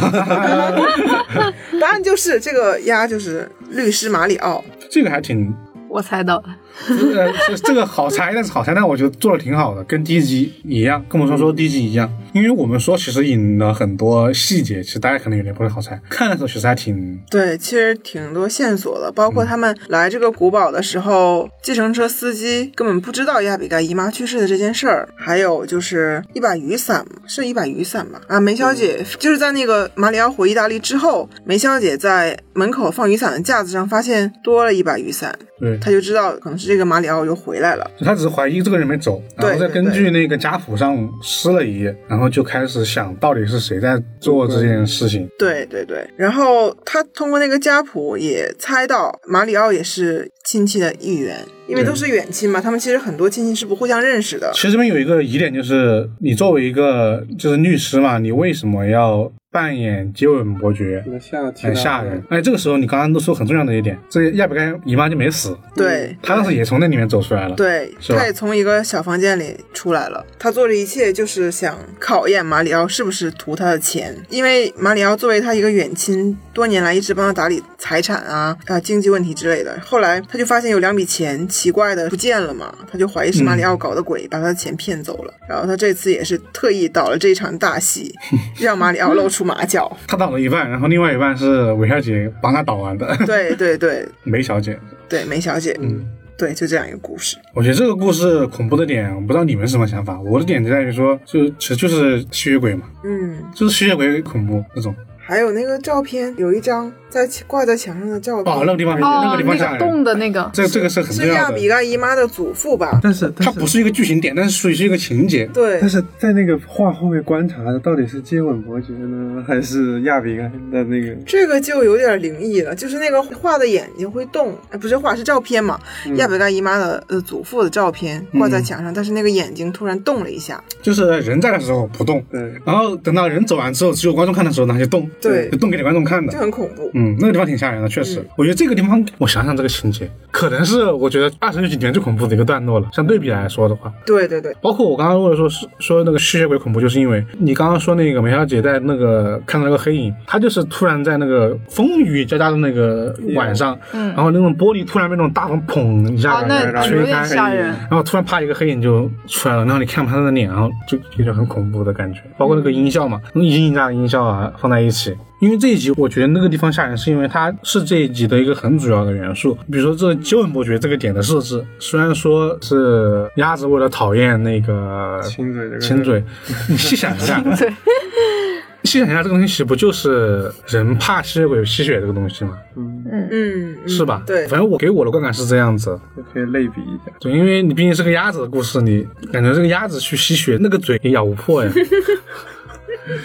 Speaker 2: 答案就是这个鸭就是律师马里奥。
Speaker 1: 这个还挺
Speaker 3: 我猜到了，
Speaker 1: 呃，这这个好猜，但是好猜，但我觉得做的挺好的，跟第一集一样，跟我们说说第一集一样。因为我们说其实引了很多细节，其实大家可能有点不太好猜。看的时候其实还挺，
Speaker 2: 对，其实挺多线索的，包括他们来这个古堡的时候，计程车司机根本不知道亚比盖姨妈去世的这件事儿，还有就是一把雨伞，是一把雨伞吧？啊，梅小姐就是在那个马里奥回意大利之后，梅小姐在门口放雨伞的架子上发现多了一把雨伞，
Speaker 1: 对，
Speaker 2: 她就知道可能是这个马里奥又回来了。
Speaker 1: 他只是怀疑这个人没走，然后
Speaker 2: 对
Speaker 1: 再根
Speaker 2: 对
Speaker 1: 据那个家谱上撕了一页，然后就开始想到底是谁在做这件事情。
Speaker 2: 对对对，然后她通过那个家谱也猜到马里奥也是亲戚的一员。因为都是远亲嘛，他们其实很多亲戚是不互相认识的
Speaker 1: 其。实这边有一个疑点，就是你作为一个就是律师嘛，你为什么要扮演接吻伯爵？
Speaker 4: 那下提
Speaker 1: 很
Speaker 4: 到
Speaker 1: 吓人。哎，这个时候你刚刚都说很重要的一点，这亚比该姨妈就没死，
Speaker 2: 对，
Speaker 1: 她当时也从那里面走出来了。，
Speaker 2: 对，
Speaker 1: 嗯是吧
Speaker 2: 他也从一个小房间里出来了。他做这一切就是想考验马里奥是不是图他的钱，因为马里奥作为他一个远亲，多年来一直帮他打理财产啊、啊经济问题之类的。后来他就发现有两笔钱奇怪的不见了嘛，他就怀疑是马里奥搞的鬼，把他的钱骗 走了。然后他这次也是特意导了这一场大戏，让马里奥露出马脚。
Speaker 1: 她倒了一半，然后另外一半是韦小姐帮她倒完的。
Speaker 2: 对对对
Speaker 1: 梅小姐，
Speaker 2: 对，梅小姐，嗯，对，就这样一个故事。
Speaker 1: 我觉得这个故事恐怖的点，我不知道你们是什么想法。我的点就在于说，就其实就是吸血鬼嘛，
Speaker 2: 嗯，
Speaker 1: 就是吸血鬼恐怖那种。
Speaker 2: 还有那个照片，有一张在挂在墙上的照片，
Speaker 1: 哦，那个地方，
Speaker 3: 哦，
Speaker 1: 个地方吓人。
Speaker 3: 个洞的那个，
Speaker 1: 这这个是很重
Speaker 2: 是
Speaker 1: 要
Speaker 2: 亚
Speaker 1: 的
Speaker 2: 比。盖姨妈的祖父 吧？
Speaker 4: 但是但
Speaker 1: 它
Speaker 4: 是
Speaker 1: 不是一个剧情点，但是属于是一个情节。
Speaker 2: 对
Speaker 4: 但，是在那个画后面观察的到底是接吻伯爵呢，还是亚比盖的 那个？
Speaker 2: 这个就有点灵异了，就是那个画的眼睛会动，哎，不是画是照片嘛？亚比盖姨妈的呃祖父的照片挂在墙上，但是那个眼睛突然动了一下，
Speaker 1: 就是人在的时候不动，
Speaker 4: 对，
Speaker 1: 然后等到人走完之后，只有观众看的时候呢，它就动，
Speaker 2: 对
Speaker 1: 就动给你观众看的
Speaker 2: 就。很恐怖。
Speaker 1: 嗯，那个地方挺吓人的，确实。
Speaker 3: 嗯
Speaker 1: 我觉得这个地方，我想想这个情节，可能是我觉得二十六集里面最恐怖的一个段落了。相对比来说的话，
Speaker 2: 对对对，
Speaker 1: 包括我刚刚为了说是说那个吸血鬼恐怖，就是因为你刚刚说那个梅小姐在那个看到那个黑影，她就是突然在那个风雨交加的那个晚上，
Speaker 3: 嗯
Speaker 1: 然后那种玻璃突然被那种大风砰一下
Speaker 3: 啊，
Speaker 1: 来，然
Speaker 3: 那
Speaker 1: 后
Speaker 3: 有
Speaker 1: 吹
Speaker 3: 点
Speaker 1: 开，
Speaker 3: 吓人。
Speaker 1: 然后突然啪一个黑影就出来了，然后你看不他的脸，然后就有点很恐怖的感觉，包括那个音效嘛，那音加的音效啊放在一起。因为这一集，我觉得那个地方吓人，是因为它是这一集的一个很主要的元素。比如说这接吻伯爵这个点的设置，虽然说是鸭子为了讨厌那个
Speaker 4: 亲嘴这个
Speaker 1: 亲嘴， 你细想一下，
Speaker 3: 对，
Speaker 1: 细想一下，这个东西不就是人怕吸血鬼吸血这个东西吗？
Speaker 4: 嗯，
Speaker 2: 嗯，嗯
Speaker 1: 是吧？
Speaker 2: 对
Speaker 1: 反正我给我的观感是这样子。
Speaker 4: 就可以类比一下。
Speaker 1: 对，因为你毕竟是个鸭子的故事，你感觉这个鸭子去吸血，那个嘴也咬不破呀，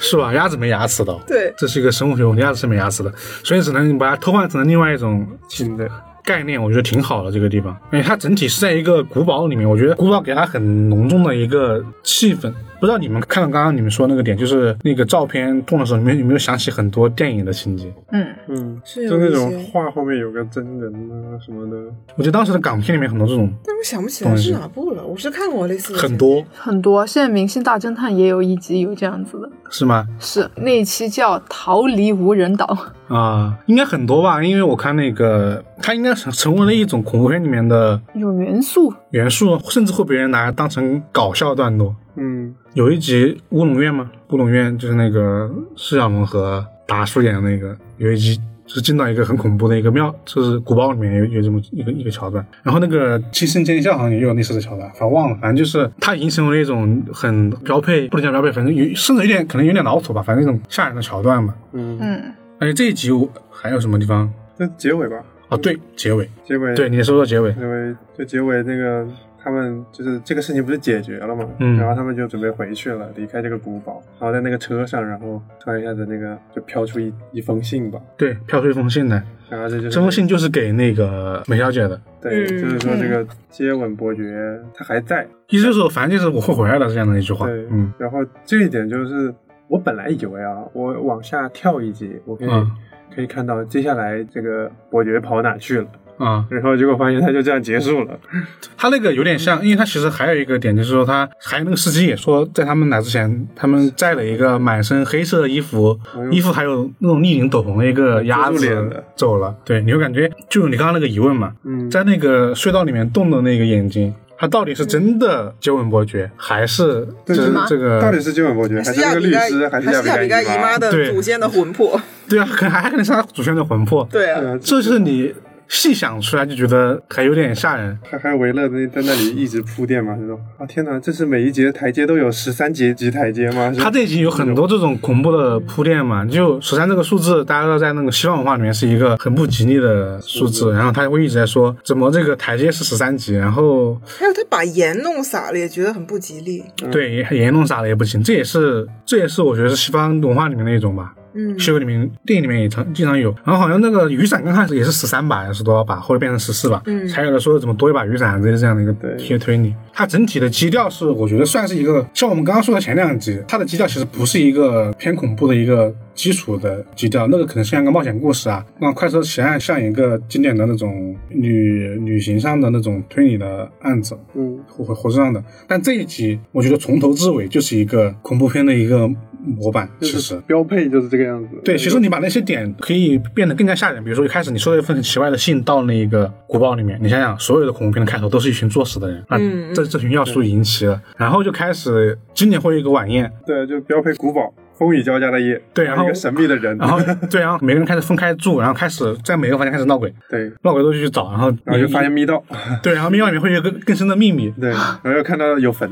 Speaker 1: 是吧？鸭子没牙齿的哦，
Speaker 2: 对，
Speaker 1: 这是一个生物学问题，鸭子是没牙齿的，所以只能把它偷换成另外一种
Speaker 4: 亲的，
Speaker 1: 概念，我觉得挺好的这个地方，因为它整体是在一个古堡里面，我觉得古堡给它很浓重的一个气氛。不知道你们看到刚刚你们说那个点，就是那个照片动的时候，你们有没有想起很多电影的情节？
Speaker 3: 嗯，
Speaker 4: 嗯，
Speaker 2: 是有
Speaker 4: 就那
Speaker 2: 一
Speaker 4: 种
Speaker 2: 些
Speaker 4: 画后面有个真人啊什么的，
Speaker 1: 我觉得当时的港片里面很多这种，
Speaker 2: 但我想不起来是哪部了，我是看过类似的
Speaker 1: 很多
Speaker 3: 很多现在《明星大侦探》也有一集有这样子的，
Speaker 1: 是吗？
Speaker 3: 是那一期叫《逃离无人岛》。
Speaker 1: 啊、应该很多吧，因为我看那个，它应该成成为了一种恐怖片里面的
Speaker 3: 一种元素，
Speaker 1: 元素，甚至会被人拿来当成搞笑段落。
Speaker 4: 嗯，
Speaker 1: 有一集《乌龙院》吗？《乌龙院》就是那个释小龙和达叔演的那个，有一集就是进到一个很恐怖的一个庙，就是古堡里面有有这么一个一个桥段。然后那个《寄生尖笑》好像也有类似的桥段，反正忘了，反正就是它已经成为了一种很标配，不能叫标配，反正有甚至有点可能有点老土吧，反正一种吓人的桥段吧。
Speaker 3: 嗯，
Speaker 1: 而且这一集我还有什么地方？
Speaker 4: 就结尾吧，
Speaker 1: 哦，对，结尾，
Speaker 4: 结尾
Speaker 1: 对，你说说结尾。
Speaker 4: 结尾就结尾那个他们就是这个事情不是解决了嘛，
Speaker 1: 嗯
Speaker 4: 然后他们就准备回去了，离开这个古堡，然后在那个车上，然后突然一下子那个就飘出一一封信吧，
Speaker 1: 对，飘出一封信来，
Speaker 4: 然后这就是
Speaker 1: 这封信就是给那个梅小姐的，
Speaker 4: 对，
Speaker 2: 嗯
Speaker 4: 就是说这个接吻伯爵他还在，
Speaker 1: 意思就是说反正就是我会回来的这样的一句话。
Speaker 4: 对，
Speaker 1: 嗯，
Speaker 4: 然后这一点就是我本来以为啊，我往下跳一集，我可以、
Speaker 1: 嗯
Speaker 4: 可以看到接下来这个伯爵跑哪去了，
Speaker 1: 啊、
Speaker 4: 然后结果发现他就这样结束了，
Speaker 1: 他那个有点像，因为他其实还有一个点，就是说他还有那个司机也说，在他们来之前，他们载了一个满身黑色的衣服，
Speaker 4: 嗯
Speaker 1: 衣服还有那种立领斗篷的一个鸭
Speaker 4: 遮住脸的
Speaker 1: 子走了。对，你会感觉就你刚刚那个疑问嘛，
Speaker 4: 嗯，
Speaker 1: 在那个隧道里面动的那个眼睛。他到底是真的接吻伯爵，还是这
Speaker 4: 对是吗
Speaker 1: 这个
Speaker 4: 到底是接吻伯爵还
Speaker 2: 还
Speaker 4: 是
Speaker 2: 是
Speaker 4: 那
Speaker 2: 亚
Speaker 4: 个
Speaker 2: 比
Speaker 4: 律
Speaker 2: 盖
Speaker 4: 师还是
Speaker 2: 是
Speaker 4: 亚
Speaker 2: 亚
Speaker 4: 比
Speaker 2: 比
Speaker 4: 盖
Speaker 2: 盖
Speaker 4: 姨
Speaker 2: 姨妈
Speaker 4: 妈？
Speaker 2: 的
Speaker 1: 对
Speaker 2: 祖先的魂魄？
Speaker 1: 对啊，可能还可能是他祖先的魂魄。
Speaker 2: 对啊，
Speaker 4: 呃，
Speaker 1: 这就是你细想出来就觉得还有点吓人。
Speaker 4: 还还有维勒那在那里一直铺垫嘛，这种啊天哪，这是每一节的台阶都有十三节级台阶吗？是
Speaker 1: 它这一集有很多这种恐怖的铺垫嘛，就十三这个数字，大家都在那个西方文化里面是一个很不吉利的数字，然后他会一直在说怎么这个台阶是十三级，然后
Speaker 2: 还有他把盐弄洒了，也觉得很不吉利。
Speaker 1: 对也弄啥的也不行，这也是这也是我觉得是西方文化里面的一种吧。
Speaker 2: 嗯
Speaker 1: 西游里面电影里面也常经常有。然后好像那个雨伞刚开始也是十三把还是多少把，后来变成十四把，
Speaker 2: 嗯
Speaker 1: 才有了说怎么多一把雨伞啊之类这样的一个
Speaker 4: 对
Speaker 1: 一些推理。它整体的基调是我觉得算是一个，像我们刚刚说的前两集，它的基调其实不是一个偏恐怖的一个。基础的基调，那个可能像一个冒险故事啊，那快车奇案像一个经典的那种旅旅行上的那种推理的案子，
Speaker 4: 嗯，
Speaker 1: 火火火车上的。但这一集，我觉得从头至尾就是一个恐怖片的一个模板，
Speaker 4: 就
Speaker 1: 其
Speaker 4: 是
Speaker 1: 实。
Speaker 4: 标配就是这个样子。
Speaker 1: 对，其实你把那些点可以变得更加吓人，比如说一开始你收到一份很奇怪的信到那个古堡里面，你想想，所有的恐怖片的开头都是一群作死的人，啊，
Speaker 2: 嗯嗯
Speaker 1: 这这群要素引起了，然后就开始今年会有一个晚宴，
Speaker 4: 对，就标配古堡，风雨交加的夜，
Speaker 1: 对然
Speaker 4: 一
Speaker 1: 后
Speaker 4: 个神秘的人，
Speaker 1: 然后对，然后每个人开始分开住，然后开始在每个房间开始闹鬼，
Speaker 4: 对，
Speaker 1: 闹鬼都去找，然后
Speaker 4: 然后就发现密道，
Speaker 1: 对，然后密钥里面会有一个更深的秘密，
Speaker 4: 对，然后又看到 有坟，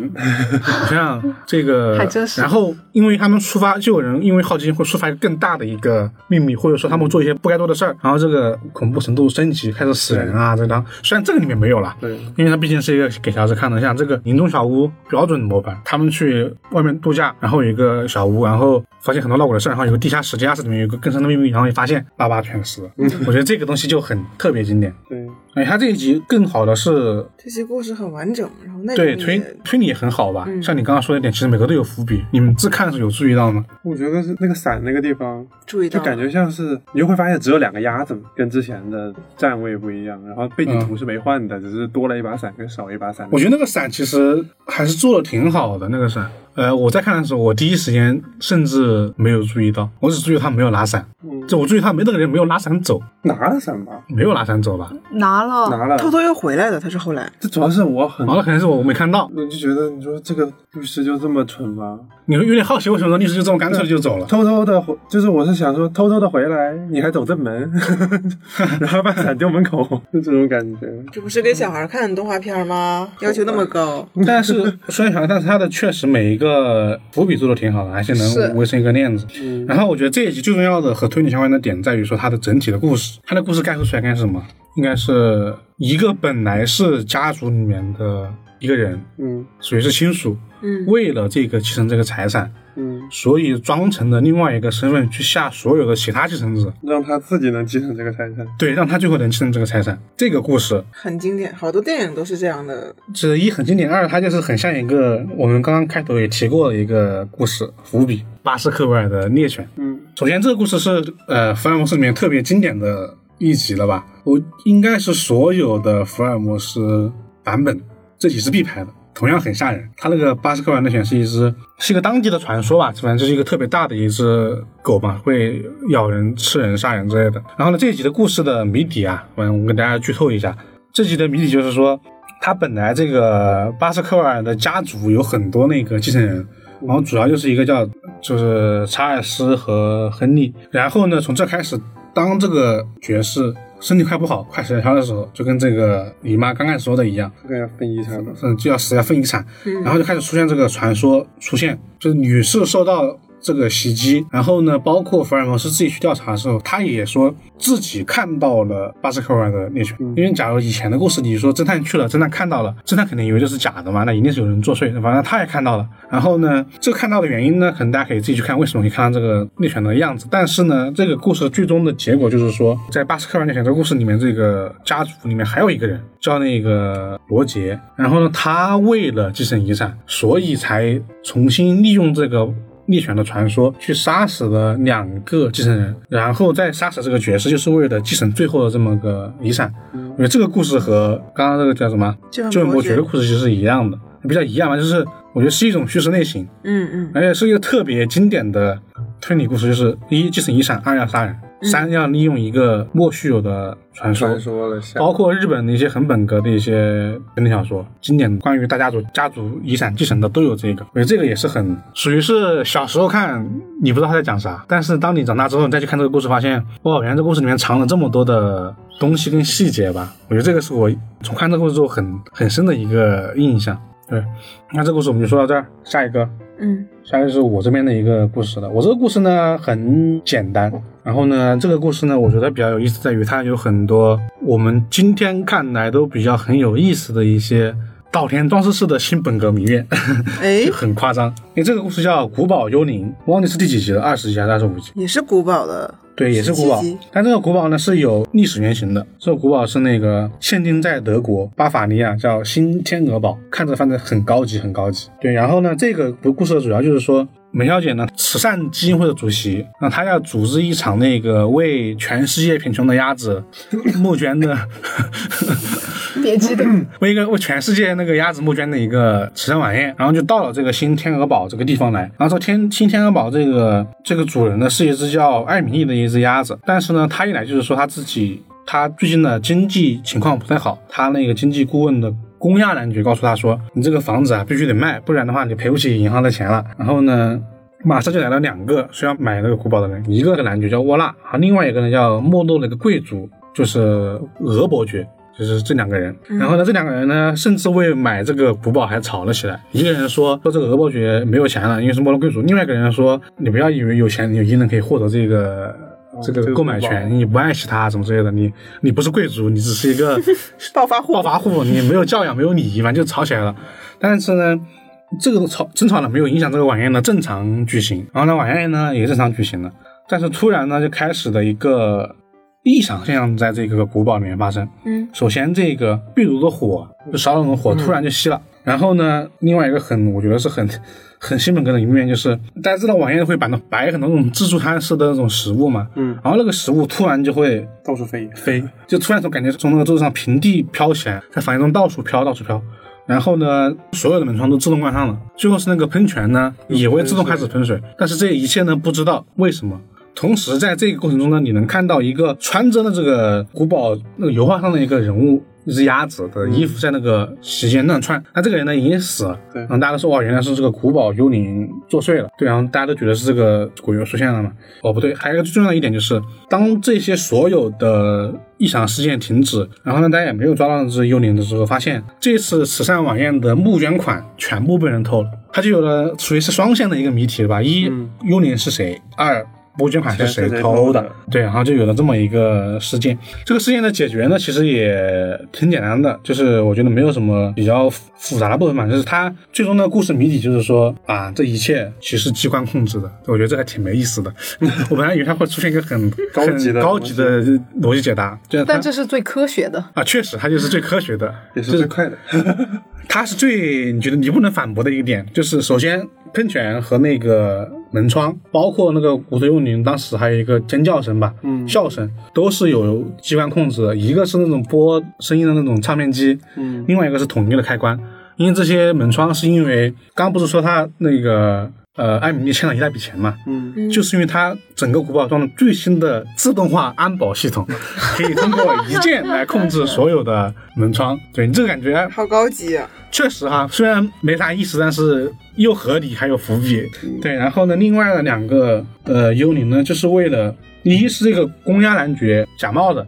Speaker 1: 好像这个
Speaker 3: 还真是
Speaker 1: 然后，因为他们触发，就有人因为好奇心会触发一个更大的一个秘密，或者说他们会做一些不该做的事儿，然后这个恐怖程度升级，开始死人啊，这当虽然这个里面没有了。
Speaker 4: 对，
Speaker 1: 因为它毕竟是一个给小孩子看的，像这个《林中小屋》标准模板，他们去外面度假，然后有一个小屋，然后发现很多闹鬼的事儿，然后有个地下室，地下室里面有一个更深的秘密，然后一发现爸爸全死了。我觉得这个东西就很特别经典。
Speaker 4: 对，
Speaker 1: 哎，它这一集更好的是
Speaker 2: 这些故事很完整，然后内容
Speaker 1: 对
Speaker 2: 也
Speaker 1: 推推理也很好吧？
Speaker 2: 嗯
Speaker 1: 像你刚刚说的一点，其实每个都有伏笔。你们自看的时候有注意到吗？
Speaker 4: 我觉得是那个伞那个地方，
Speaker 2: 注意到
Speaker 4: 就
Speaker 2: 了，
Speaker 4: 感觉像是你就会发现只有两个鸭子，跟之前的站位不一样，然后背景
Speaker 1: 嗯
Speaker 4: 图是没换的，只是多了一把伞跟少一把伞。
Speaker 1: 我觉得那个伞其实还是做的挺好的，那个伞。呃，我在看的时候，我第一时间甚至没有注意到，我只注意他没有拿伞，
Speaker 4: 嗯
Speaker 1: 就我注意他没那个人没有拿伞走，
Speaker 4: 拿了伞吧，
Speaker 1: 没有拿伞走吧？
Speaker 3: 拿了，
Speaker 4: 拿了。
Speaker 2: 偷偷又回来的，他是后来，
Speaker 4: 这主要是我很
Speaker 1: 然，后可能是我没看到，
Speaker 4: 我就觉得你说这个律师就这么蠢吗？
Speaker 1: 你会有点好奇为什么律师就这么干脆就走了。
Speaker 4: 偷偷的，就是我是想说偷偷的回来，你还走正 门，然后把伞丢门口，就这种感觉。
Speaker 2: 这不是给小孩看的动画片吗？要求那么高，
Speaker 1: 但是虽然想，但是他的确实每一个伏笔做的挺好的，而且
Speaker 3: 是
Speaker 1: 能围成一个链子。
Speaker 4: 嗯，
Speaker 1: 然后我觉得这一集最重要的和推理相关的点在于说它的整体的故事，它的故事概括出来该是什么？应该是一个本来是家族里面的一个人，
Speaker 4: 嗯
Speaker 1: 属于是亲属，
Speaker 2: 嗯
Speaker 1: 为了这个继承这个财产，
Speaker 4: 嗯，
Speaker 1: 所以装成了另外一个身份去吓所有的其他继承者，
Speaker 4: 让他自己能继承这个财产。
Speaker 1: 对，让他最后能继承这个财产。这个故事
Speaker 2: 很经典，好多电影都是这样的。
Speaker 1: 这一很经典，二它就是很像一个我们刚刚开头也提过的一个故事伏笔——巴斯克维尔的猎犬。
Speaker 4: 嗯，
Speaker 1: 首先，这个故事是呃福尔摩斯里面特别经典的一集了吧？我应该是所有的福尔摩斯版本这集是必拍的，同样很吓人。它那个巴斯克维尔的犬是一只，是一个当地的传说吧，反正就是一个特别大的一只狗嘛，会咬人、吃人、杀人之类的。然后呢，这一集的故事的谜底啊，反正我跟大家剧透一下，这集的谜底就是说，他本来这个巴斯克维尔的家族有很多那个继承人，然后主要就是一个叫就是查尔斯和亨利。然后呢，从这开始，当这个爵士身体快不好、快死翘的时候，就跟这个姨妈刚开始说的一样，
Speaker 4: 这个要分遗产了。
Speaker 1: 嗯，就要死要分遗产，
Speaker 2: 嗯
Speaker 1: 然后就开始出现这个传说出现，就是女士受到这个袭击，然后呢，包括福尔摩斯自己去调查的时候，他也说自己看到了巴斯克维尔的猎犬，因为假如以前的故事你说侦探去了，侦探看到了，侦探肯定以为这是假的嘛，那一定是有人作祟，反正他也看到了，然后呢，这个看到的原因呢，可能大家可以自己去看为什么可以看到这个猎犬的样子，但是呢，这个故事最终的结果就是说，在巴斯克维尔猎犬这个故事里面，这个家族里面还有一个人叫那个罗杰，然后呢，他为了继承遗产，所以才重新利用这个。猎犬的传说去杀死了两个继承人，然后再杀死这个爵士，就是为了继承最后的这么个遗产。我觉得这个故事和刚刚那个叫什么
Speaker 2: 救援
Speaker 1: 救援
Speaker 2: 伯
Speaker 1: 伯
Speaker 2: 爵
Speaker 1: 爵的故事其实是一样的，比较一样吧，就是我觉得是一种叙事类型，
Speaker 2: 嗯嗯，
Speaker 1: 而且是一个特别经典的推理故事，就是一继承遗产，二要杀人，三要利用一个莫须有的传说。
Speaker 4: 传说了下，
Speaker 1: 包括日本的一些很本格的一些推理小说，经典关于大家族家族遗产继承的都有这个，我觉得这个也是很属于是小时候看你不知道他在讲啥，但是当你长大之后你再去看这个故事，发现哇，原来这故事里面藏了这么多的东西跟细节吧，我觉得这个是我从看这个故事之后很很深的一个印象。对，那这个故事我们就说到这儿，下一个。
Speaker 2: 嗯，
Speaker 1: 下一个是我这边的一个故事了。我这个故事呢很简单，然后呢，这个故事呢，我觉得比较有意思在于它有很多我们今天看来都比较很有意思的一些。岛田庄司市的新本格民院，
Speaker 2: 哎
Speaker 1: 就很夸张。因为这个故事叫《古堡幽灵》，忘记是第几集了，二十集还是二十五集？
Speaker 2: 也是古堡的，
Speaker 1: 对，也是古堡
Speaker 2: 17集。
Speaker 1: 但这个古堡呢是有历史原型的，这个古堡是那个现今在德国巴伐利亚叫新天鹅堡，看着反正很高级，很高级。对，然后呢，这个故事的主要就是说。梅小姐呢，慈善基金会的主席，那她要组织一场那个为全世界贫穷的鸭子募捐的
Speaker 3: 别激动，
Speaker 1: 为一个为全世界那个鸭子募捐的一个慈善晚宴，然后就到了这个新天鹅堡这个地方来。然后说天新天鹅堡这个这个主人呢是一只叫哦艾米丽的一只鸭子，但是呢，他一来就是说他自己他最近的经济情况不太好，他那个经济顾问的。公亚男爵告诉他说：“你这个房子啊，必须得卖，不然的话你赔不起银行的钱了。”然后呢，马上就来了两个需要买那个古堡的人，一个男爵叫沃纳，啊，另外一个呢叫莫洛那个贵族，就是俄伯爵，就是这两个人。然后呢，这两个人呢，甚至为买这个古堡还吵了起来。一个人说说这个俄伯爵没有钱了，因为是莫洛贵族；另外一个人说你不要以为有钱你就一定可以获得这个。这
Speaker 4: 这
Speaker 1: 个
Speaker 4: 个
Speaker 1: 购买
Speaker 4: 古堡
Speaker 1: 权，你不爱惜它什么之类的，你你不是贵族，你只是一个
Speaker 2: 暴发户
Speaker 1: 暴发户，你没有教养，没有礼仪，反正就吵起来了。但是呢，这个吵争吵呢没有影响这个晚宴的正常举行，然后呢晚宴呢也正常举行了，但是突然呢就开始的一个异常现象在这个古堡里面发生。
Speaker 2: 嗯，
Speaker 1: 首先这个壁炉的火就烧了的火突然就熄了，然后呢另外一个很我觉得是很。 很西门格的一面就是，大家知道晚宴会摆的摆很多那种自助餐式的那种食物嘛，
Speaker 4: 嗯，
Speaker 1: 然后那个食物突然就会
Speaker 4: 到处飞，
Speaker 1: 飞，就突然从感觉从那个桌子上平地飘起来，在房间中到处飘，到处飘。然后呢，所有的门窗都自动关上了。最后是那个喷泉呢，也会自动开始喷水，但是这一切呢，不知道为什么。同时，在这个过程中呢，你能看到一个穿着的这个古堡那个油画上的一个人物，一只鸭子的衣服在那个席间乱窜。那这个人呢已经死了，
Speaker 4: 对
Speaker 1: 然后大家都说哦哇，原来是这个古堡幽灵作祟了，对，然后大家都觉得是这个鬼魂出现了嘛。哦，不对，还有一个最重要的一点就是，当这些所有的异常事件停止，然后呢，大家也没有抓到这只幽灵的时候，发现这次慈善晚宴的募捐款全部被人偷了，他就有了属于是双线的一个谜题了吧？一，幽灵是谁？二。募捐款是谁
Speaker 4: 嗯钱是谁
Speaker 1: 偷
Speaker 4: 偷
Speaker 1: 的
Speaker 4: 的？
Speaker 1: 对，然后就有了这么一个事件。这个事件的解决呢，其实也挺简单的，就是我觉得没有什么比较复复杂的部分嘛，就是它最终的故事谜底就是说啊，这一切其实是机关控制的，我觉得这还挺没意思的。 我本来以为它会出现一个很
Speaker 4: 高级的
Speaker 1: 很高级的逻辑解答，就是它
Speaker 3: 但这是最科学的。
Speaker 1: 啊，确实它就是最科学的，
Speaker 4: 也是最快的。
Speaker 1: 它是最你觉得你不能反驳的一个点，就是首先喷泉和那个门窗，包括那个骨头幽灵，当时还有一个尖叫声吧，嗯，笑声都是有机关控制的，一个是那种播声音的那种唱片机，嗯，另外一个是统一的开关，因为这些门窗是因为刚不是说他那个呃艾米丽欠了一大笔钱嘛，嗯，就是因为它整个古堡装了最新的自动化安保系统，可以通过一键来控制所有的门窗，对你这个感觉
Speaker 2: 好高级啊！
Speaker 1: 确实哈，虽然没啥意思，但是又合理还有伏笔。对，然后呢，另外的两个呃幽灵呢，就是为了一是这个公鸭男爵假冒的，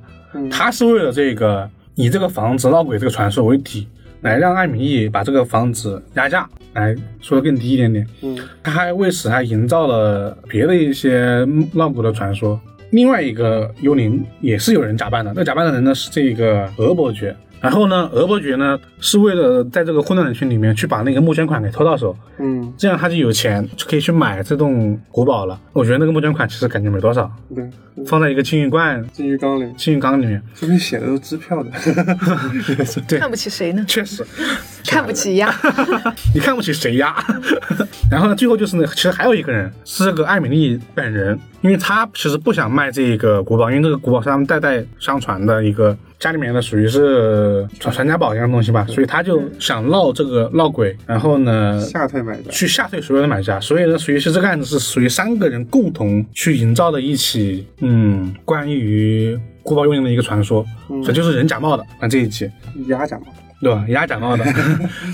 Speaker 1: 他是为了这个以这个房子闹鬼这个传说为底，来让艾米丽把这个房子压价，来说的更低一点点。
Speaker 4: 嗯，
Speaker 1: 他还为此还营造了别的一些闹鬼的传说。另外一个幽灵也是有人假扮的，那假扮的人呢是这个俄伯爵。然后呢，俄伯爵呢是为了在这个混乱人群里面去把那个募捐款给偷到手，
Speaker 4: 嗯，
Speaker 1: 这样他就有钱就可以去买这栋古堡了。我觉得那个募捐款其实感觉没多少，
Speaker 4: 对，
Speaker 1: 放在一个金鱼罐、
Speaker 4: 金鱼缸里，
Speaker 1: 金鱼缸里面，
Speaker 4: 说不定写的都是支票 的。
Speaker 1: 对
Speaker 3: 看，不起谁呢？
Speaker 1: 确实。
Speaker 3: 看不起呀！
Speaker 1: 你看不起谁呀？ 然后呢，最后就是呢，其实还有一个人是这个艾米丽本人，因为她其实不想卖这个古堡，因为这个古堡是他们代代相传的一个家里面的属于是传传家宝一样的东西吧，所以她就想闹这个闹鬼，然后呢。
Speaker 4: 吓退买的，
Speaker 1: 去吓退所有的买家，所以呢，属于是这个案子是属于三个人共同去营造的一起，嗯，关于古堡幽灵的一个传说，所以就是人假冒的。那这一集，
Speaker 4: 鸭掌嘛，
Speaker 1: 对吧？鸭假冒的，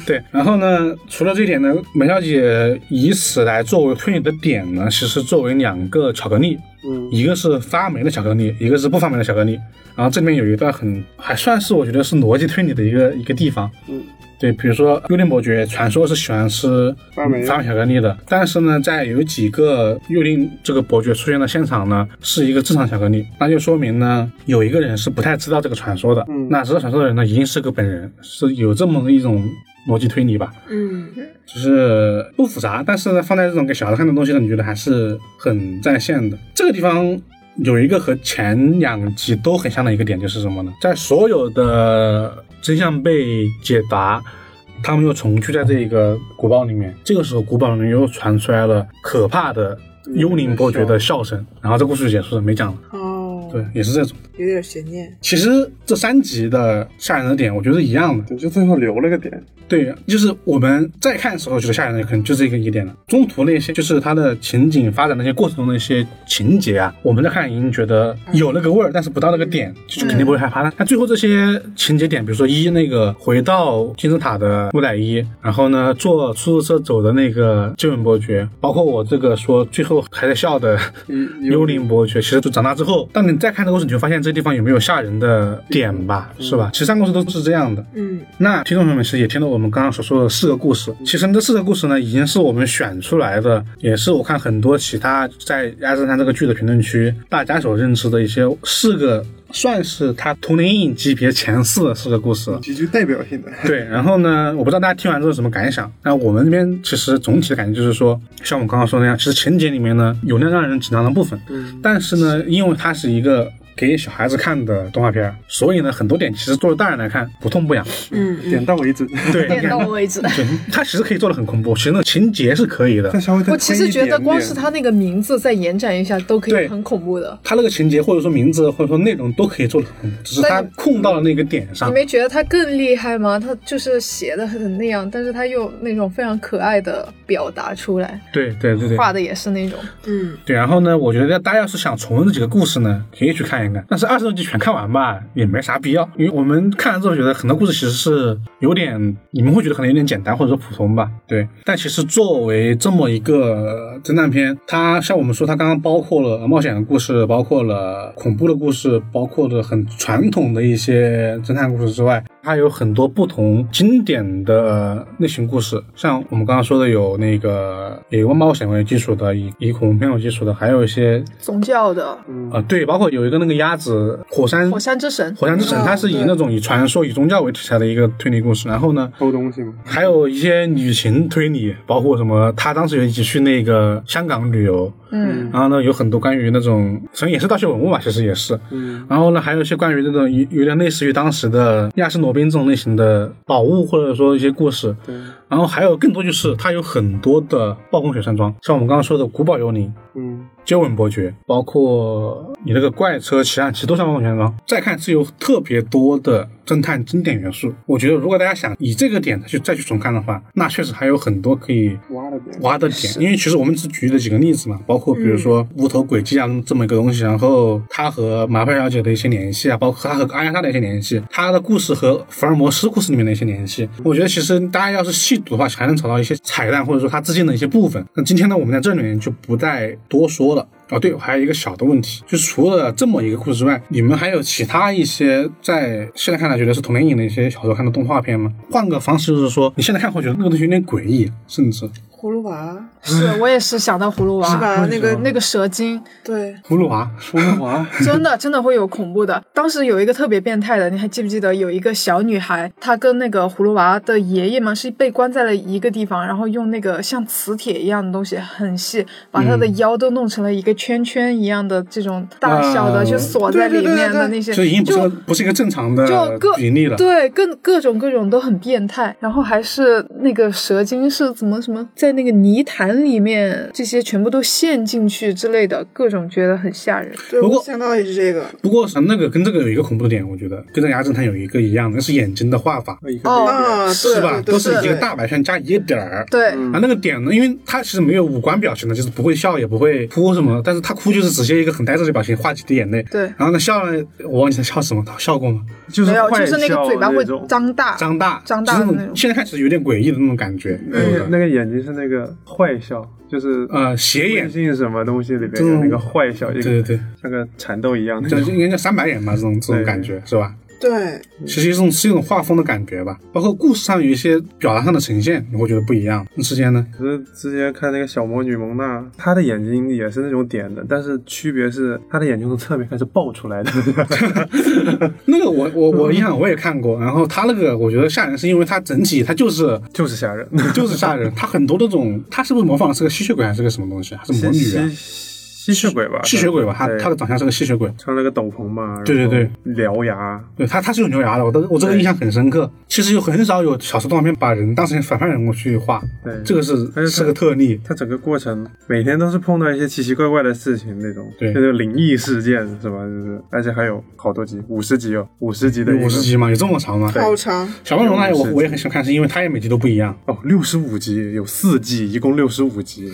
Speaker 1: 对。然后呢，除了这一点呢，梅小姐以此来作为推理的点呢，其实作为两个巧克力，
Speaker 4: 嗯，
Speaker 1: 一个是发霉的巧克力，一个是不发霉的巧克力。然后这里面有一段很还算是我觉得是逻辑推理的一个一个地方，
Speaker 4: 嗯，
Speaker 1: 对，比如说幽灵伯爵传说是喜欢吃
Speaker 4: 发霉的
Speaker 1: 发霉巧克力的，但是呢，在有几个幽灵这个伯爵出现的现场呢，是一个正常巧克力，那就说明呢，有
Speaker 4: 嗯
Speaker 1: 一个人是不太知道这个传说的，那知道传说的人呢，一定是个本人，是有这么一种逻辑推理吧，
Speaker 2: 嗯，
Speaker 1: 就是不复杂，但是呢，放在这种给小孩子看的东西呢，你觉得还是很在线的。这个地方有一个和前两集都很像的一个点，就是什么呢？在所有的真相被解答。他们又重聚在这个古堡里面，这个时候古堡里面又传出来了可怕的幽灵伯爵的笑声，然后这故事就结束了，没讲了。
Speaker 2: 哦，
Speaker 1: 对，也是这种。
Speaker 2: 有点悬念，
Speaker 1: 其实这三集的吓人的点，我觉得一样的。
Speaker 4: 对，就最后留了个点，
Speaker 1: 对，就是我们在看的时候觉得吓人的，可能就这个一点了。中途那些就是它的情景发展那些过程中的一些情节啊，我们在看已经觉得有那个味儿，但是不到那个点，就是肯定不会害怕。那、最后这些情节点，比如说一那个回到金字塔的木乃伊，然后呢坐出租车走的那个救援伯爵，包括我这个说最后还在笑的 幽灵伯爵，其实就长大之后，当你再看的故事，你就发现这地方有没有吓人的点吧，是吧？其实上故事都是这样的。
Speaker 2: 嗯
Speaker 1: 那听众朋友们其实也听到我们刚刚所说的四个故事，其实这四个故事呢，已经是我们选出来的，也是我看很多其他在《爱森山》这个剧的评论区大家所认知的一些四个，算是他童年阴影级别前四的四个故事。
Speaker 4: 极具代表性的。
Speaker 1: 对，然后呢，我不知道大家听完之后什么感想。那我们这边其实总体的感觉就是说，像我们刚刚说的那样，其实情节里面呢有那让人紧张的部分，但是呢，因为它是一个。给小孩子看的动画片儿，所以呢，很多点其实作为大人来看不痛不痒。
Speaker 2: 嗯，
Speaker 4: 点到为止，
Speaker 1: 对，
Speaker 3: 点到为止。
Speaker 1: 对，他其实可以做的很恐怖，其实那个情节是可以的
Speaker 4: 再。稍微再
Speaker 3: 我其
Speaker 4: 推
Speaker 3: 实
Speaker 4: 一
Speaker 3: 觉得
Speaker 4: 点
Speaker 3: 光
Speaker 4: 点
Speaker 3: 是他那个名字再延展一下都可以
Speaker 1: 对
Speaker 3: 很恐怖的。
Speaker 1: 他那个情节或者说名字或者说内容都可以做的很恐怖，只是他
Speaker 3: 但是
Speaker 1: 空到了那个点上
Speaker 3: 你。没觉得他更厉害吗？他就是写的很那样，但是他又那种非常可爱的表达出来，
Speaker 1: 对对对对。
Speaker 3: 画的也是那种。
Speaker 2: 嗯，
Speaker 1: 对，然后呢，我觉得大家要是想重温这几个故事呢，可以去看一看。但是二十多集全看完吧，也没啥必要，因为我们看完之后觉得很多故事其实是有点，你们会觉得可能有点简单或者说普通吧。对，但其实作为这么一个侦探片，它像我们说，它刚刚包括了冒险的故事，包括了恐怖的故事，包括了很传统的一些侦探故事之外，它有很多不同经典的类型故事，像我们刚刚说的有那个以冒险为基础的，以以恐怖片为基础的，还有一些
Speaker 3: 宗教的
Speaker 1: 呃对，包括有一个那个鸭子火山
Speaker 3: 火山之神，
Speaker 1: 火山之神，它是以那种以传说以宗教为题材的一个推理故事，然后呢。
Speaker 4: 偷东西嘛，
Speaker 1: 还有一些旅行推理，包括什么？他当时有一起去那个香港旅游，
Speaker 3: 嗯，
Speaker 1: 然后呢，有很多关于那种，可能也是盗窃文物吧，其实也是。
Speaker 4: 嗯，
Speaker 1: 然后呢，还有一些关于那种有有点类似于当时的亚斯罗宾这种类型的宝物，或者说一些故事。
Speaker 4: 对，
Speaker 1: 然后还有更多就是它有很多的暴风雪山庄，像我们刚刚说的古堡幽灵、
Speaker 4: 嗯，
Speaker 1: 接吻伯爵，包括你那个怪车奇案，其实都像暴风雪山庄。再看是有特别多的侦探经典元素，我觉得如果大家想以这个点去再去重看的话，那确实还有很多可以
Speaker 4: 挖了点，
Speaker 1: 挖的点，因为其实我们只举了几个例子嘛，包括比如说无头轨迹啊这么一个东西，然后他和麻烦小姐的一些联系啊，包括他和阿加莎的一些联系，他的故事和福尔摩斯故事里面的一些联系，我觉得其实大家要是细读的话，还能找到一些彩蛋或者说他致敬的一些部分。那今天呢，我们在这里面就不再多说了。哦，对，我还有一个小的问题，就除了这么一个故事之外，你们还有其他一些在现在看来觉得是童年影的一些小时候看的动画片吗？换个方式就是说，你现在看会觉得那个东西有点诡异，甚至
Speaker 2: 葫芦娃
Speaker 3: 是我也是想到葫芦娃，
Speaker 2: 是吧？那
Speaker 1: 嗯
Speaker 2: 个
Speaker 3: 那个蛇 精，
Speaker 2: 对，
Speaker 1: 葫芦娃
Speaker 4: 葫芦娃，
Speaker 3: 真的真的会有恐怖的。当时有一个特别变态的，你还记不记得？有一个小女孩，她跟那个葫芦娃的爷爷们是被关在了一个地方，然后用那个像磁铁一样的东西很细，把她
Speaker 1: 嗯
Speaker 3: 的腰都弄成了一个圈圈一样的这种大小的，
Speaker 1: 啊
Speaker 3: 就锁在里面的那些，
Speaker 1: 这已经不
Speaker 3: 就是
Speaker 1: 不是一个正常的
Speaker 3: 就各
Speaker 1: 比例了。
Speaker 3: 对，各各种各种都很变态。然后还是那个蛇精是怎么什么，在那个泥潭里面，这些全部都陷进去之类的，各种觉得很吓人。
Speaker 2: 对
Speaker 1: 不过
Speaker 2: 我想到的也是这个，
Speaker 1: 不过那个跟这个有一个恐怖的点，我觉得跟这个牙侦探有一个一样的，那是眼睛的画法，
Speaker 4: 一个
Speaker 3: 哦
Speaker 2: 啊，
Speaker 1: 是吧？
Speaker 2: 对
Speaker 1: 都是一个，
Speaker 2: 对对
Speaker 1: 大白圈加一个点儿。
Speaker 3: 对，
Speaker 1: 啊，那个点呢，因为他其实没有五官表情的，就是不会笑，也不会哭什么的，但是他哭就是直接一个很呆滞的表情，画几滴眼泪。
Speaker 3: 对
Speaker 1: 然后呢笑呢，我忘记他笑什么，他笑过吗？
Speaker 4: 就是
Speaker 3: 没有，
Speaker 4: 坏
Speaker 3: 就是那个
Speaker 4: 笑
Speaker 3: 嘴巴
Speaker 4: 那
Speaker 3: 会
Speaker 4: 种
Speaker 3: 张大，
Speaker 1: 张大，
Speaker 3: 张大
Speaker 1: 就是
Speaker 3: 的
Speaker 1: 那
Speaker 3: 那
Speaker 1: 种
Speaker 3: 种
Speaker 1: 现在开始有点诡异的那种感觉，
Speaker 4: 那
Speaker 1: 对
Speaker 4: 个
Speaker 1: 不
Speaker 4: 那
Speaker 1: 对
Speaker 4: 个眼睛是那个坏笑，就是
Speaker 1: 嗯呃斜
Speaker 4: 微
Speaker 1: 眼，
Speaker 4: 信什么东西里边有那个坏笑，一
Speaker 1: 对对
Speaker 4: 个
Speaker 1: 对，
Speaker 4: 像个蚕豆一样的
Speaker 1: 就，就应该叫三白眼吧，这种这种
Speaker 4: 对
Speaker 1: 感觉是吧？
Speaker 2: 对，
Speaker 1: 其实是一种是一种画风的感觉吧，包括故事上有一些表达上的呈现，你会觉得不一样。那之间呢？
Speaker 4: 可是之前看那个小魔女蒙娜，她的眼睛也是那种点的，但是区别是她的眼睛从侧面开始爆出来的。
Speaker 1: 那个我我我印象我也看过，然后他那个我觉得吓人是因为他整体他就是
Speaker 4: 就是吓人，
Speaker 1: 就是吓人，他很多那种他是不是模仿的是个吸血鬼还是个什么东西？还是魔女啊
Speaker 4: 吸？吸吸血鬼吧，
Speaker 1: 吸血鬼吧，他
Speaker 4: 对
Speaker 1: 他的长相是个吸血鬼，
Speaker 4: 穿了个斗篷嘛，
Speaker 1: 对对对，
Speaker 4: 獠牙，
Speaker 1: 对他他是有牛牙的，我的我这个印象很深刻。其实有很少有小说动画片把人当成反派人物去画，
Speaker 4: 对
Speaker 1: 这个是
Speaker 4: 而且
Speaker 1: 是个特例。
Speaker 4: 他整个过程每天都是碰到一些奇奇怪怪的事情，那种
Speaker 1: 对
Speaker 4: 那种灵异事件是吧？就是，而且还有好多集，五十集哦，五十集的一个
Speaker 1: 五十集嘛，有这么长吗？
Speaker 2: 好长，
Speaker 1: 小浣熊那里我
Speaker 4: 有五十集
Speaker 1: 我也很喜欢看，是因为它也每集都不一样，
Speaker 4: 哦，六十五集有四季，一共六十五集，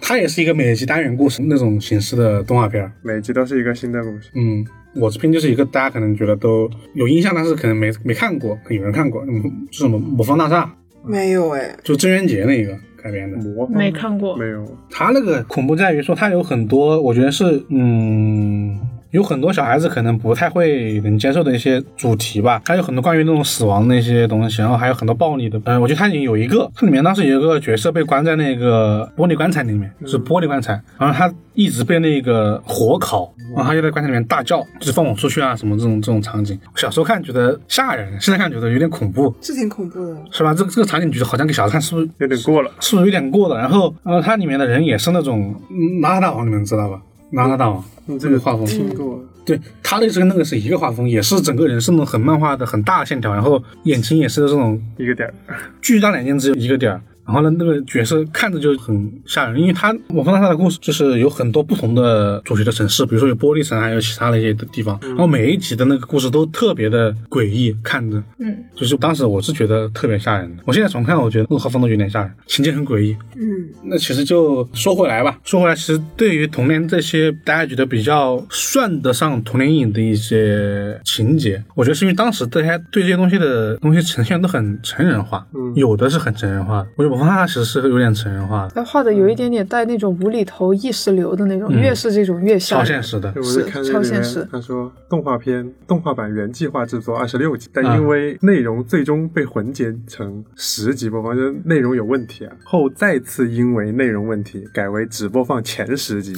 Speaker 1: 它也是一个每集单元故事那种形式的动画片儿。
Speaker 4: 每集都是一个新的故事。
Speaker 1: 嗯，我这篇就是一个大家可能觉得都有印象，但是可能没没看过，可能有人看过，嗯，是什么《魔方大厦》，
Speaker 2: 没有哎，
Speaker 1: 就郑渊洁那个改编的。
Speaker 4: 魔方
Speaker 3: 没看过
Speaker 4: 没有，
Speaker 1: 他那个恐怖在于说，他有很多，我觉得是，嗯，有很多小孩子可能不太会能接受的一些主题吧。还有很多关于那种死亡的一些东西，然后还有很多暴力的。嗯，我觉得他已经有一个，它里面当时有一个角色被关在那个玻璃棺材里面，是玻璃棺材，然后他一直被那个火烤，然后他就在棺材里面大叫，就是放我出去啊什么这种这种场景。小时候看觉得吓人，现在看觉得有点恐怖，
Speaker 2: 是挺恐怖的。
Speaker 1: 是吧？这个这个场景觉得好像给小孩看是不是
Speaker 4: 有点过了。
Speaker 1: 是不是有点过了？然后，呃，它里面的人也是那种嗯拿撒大王，你们知道吧？拿撒大王
Speaker 4: 嗯
Speaker 1: 这个画风，
Speaker 4: 听过，
Speaker 1: 对，他类似跟那个是一个画风，也是整个人是那种很漫画的很大的线条，然后眼睛也是这种
Speaker 4: 一个点儿，
Speaker 1: 巨大的眼睛只有一个点儿。然后呢，那个角色看着就很吓人，因为他《我放大厦》的故事就是有很多不同的主题的城市，比如说有玻璃城，还有其他的一些地方。然后每一集的那个故事都特别的诡异，看着，
Speaker 3: 嗯，
Speaker 1: 就是当时我是觉得特别吓人的。我现在重看，我觉得那个画风都有点吓人，情节很诡异。
Speaker 2: 嗯，
Speaker 1: 那其实就说回来吧，说回来，其实对于童年这些大家觉得比较算得上童年阴影的一些情节，我觉得是因为当时大家对这些东西的东西呈现都很成人化，
Speaker 4: 嗯
Speaker 1: 有的是很成人化的，我觉得《魔方大厦》其实是有点成人化的，
Speaker 3: 他画的
Speaker 1: 嗯
Speaker 3: 有一点点带那种无厘头意识流的那种，越是这种越吓
Speaker 1: 超
Speaker 3: 人
Speaker 1: 现。实的
Speaker 4: 对，我
Speaker 3: 是
Speaker 4: 在看
Speaker 3: 超
Speaker 4: 这里
Speaker 3: 现
Speaker 4: 面
Speaker 3: 实，
Speaker 4: 他说动画片动画版原计划制作二十六集，但
Speaker 3: 啊
Speaker 1: 嗯
Speaker 4: 因为内容最终被混剪成十集播放，就是内容有问题啊，后再次因为内容问题改为只播放前十 集，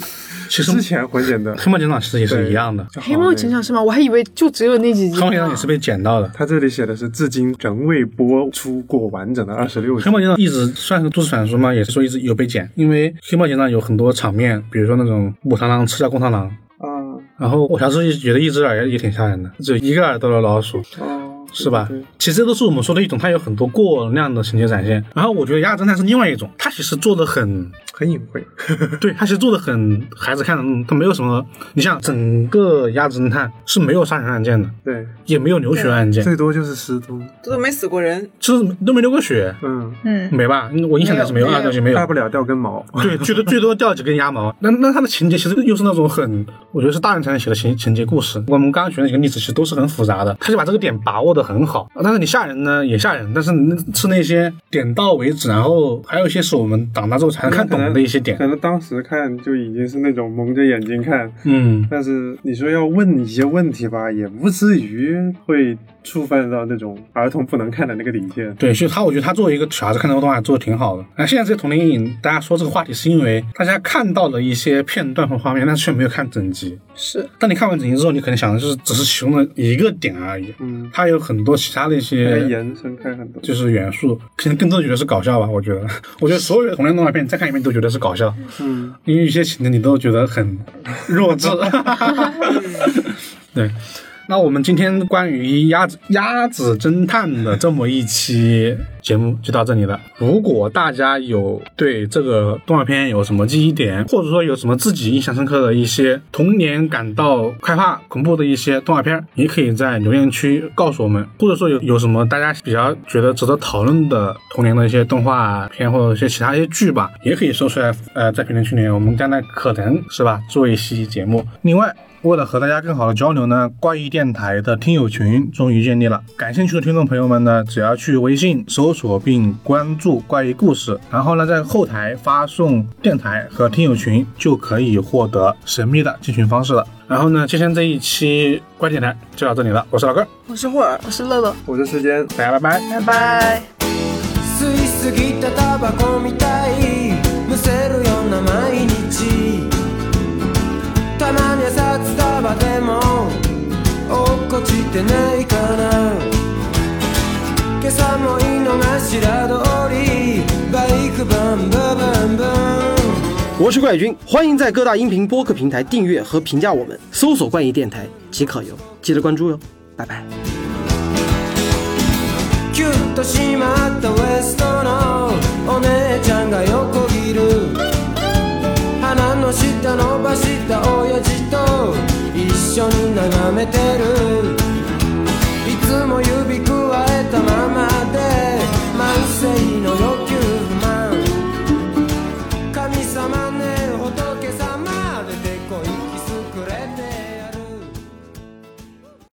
Speaker 1: 其实
Speaker 4: 之前混剪的。
Speaker 1: 黑猫警长其实也是一样的，
Speaker 4: 就好
Speaker 3: 黑猫
Speaker 4: 那
Speaker 3: 警
Speaker 4: 个
Speaker 3: 长是吗？我还以为就只有那几集
Speaker 1: 黑
Speaker 3: 呢。
Speaker 1: 猫警长也是被剪到的。
Speaker 4: 他这里写的是至今仍未播出过完整的二十六集
Speaker 1: 黑。猫警长一直算是都市传说嘛，也是说一直有被剪，因为黑猫警长有很多场面，比如说那种母螳螂吃掉公螳螂，
Speaker 4: 啊，
Speaker 1: 然后我小时候也觉得一只耳也也挺吓人的，只有一个耳朵的老鼠，
Speaker 4: 哦，
Speaker 1: 是吧
Speaker 4: 对对？
Speaker 1: 其实这都是我们说的一种，它有很多过量的情节展现。然后我觉得《鸭侦探》是另外一种，它其实做的很，
Speaker 4: 很隐 晦。
Speaker 1: 对，它其实做的很孩子看的那种，它没有什么。你像整个《鸭侦探》是没有杀人案件的，
Speaker 4: 对，
Speaker 1: 也没有流血案件，
Speaker 4: 最多就是失踪。
Speaker 2: 这都没死过人，
Speaker 1: 就是都没流过血，
Speaker 4: 嗯，
Speaker 3: 嗯，
Speaker 1: 没吧？我印象里是没有
Speaker 3: 没有
Speaker 1: 啊，东西没有
Speaker 4: 大。不了掉根毛。
Speaker 1: 对，最多最多掉几根鸭毛。那那它的情节其实又是那种很，我觉得是大人才能写的情情节故事。我们刚刚举的几个例子其实都是很复杂的，他就把这个点把握的很好。但是你吓人呢也吓人，但是那是那些点到为止，然后还有一些是我们长大之后才能看懂的一些点
Speaker 4: 可。能当时看就已经是那种蒙着眼睛看，
Speaker 1: 嗯，
Speaker 4: 但是你说要问一些问题吧，也不至于会触犯到那种儿童不能看的那个底线。
Speaker 1: 对，所以他我觉得他作为一个小孩子看这个动画做的挺好的。那现在这个童年阴影，大家说这个话题是因为大家看到了一些片段和画面，但是却没有看整集。
Speaker 3: 是
Speaker 1: 当你看完整集之后，你可能想的就是只是其中的一个点而已。
Speaker 4: 嗯，
Speaker 1: 它有很多其他的一
Speaker 4: 应该
Speaker 1: 些
Speaker 4: 延伸开很多。
Speaker 1: 就是元素，可能更多的觉得是搞笑吧。我觉得，我觉得所有的同类动画片，你再看一遍都觉得是搞笑，
Speaker 4: 嗯，
Speaker 1: 因为有些情节你都觉得很弱 智。 对，那我们今天关于鸭子鸭子侦探的这么一期节目就到这里了。如果大家有对这个动画片有什么记忆点，或者说有什么自己印象深刻的一些童年感到害怕、恐怖的一些动画片，也可以在留言区告诉我们，或者说有有什么大家比较觉得值得讨论的童年的一些动画片或者一些其他一些剧吧，也可以说出来。呃，在评论区里面，我们将来可能是吧做一期节目。另外。为了和大家更好的交流呢，怪异电台的听友群终于建立了。感兴趣的听众朋友们呢，只要去微信搜搜索并关注“怪异故事”，然后呢，在后台发送电台和听友群，就可以获得神秘的进群方式了。然后呢，今天这一期怪电台就到这里了，我是老根儿，
Speaker 2: 我是霍尔，
Speaker 3: 我是乐乐，
Speaker 4: 我这时间
Speaker 1: 大家拜拜。
Speaker 2: 拜拜。
Speaker 6: 吸い過ぎたタバコみたいむせるような毎日たまに朝スタバでも落っこちてないかな今朝も井の頭通りバイクバンババンバン
Speaker 7: 我是怪君，欢迎在各大音频播客平台订阅和评价我们，搜索“怪异电台”即可哟，记得关注哟，拜拜。
Speaker 6: キュッと締まったウエストのお姉ちゃんが横切る鼻の下伸ばした親父と一緒に眺めてる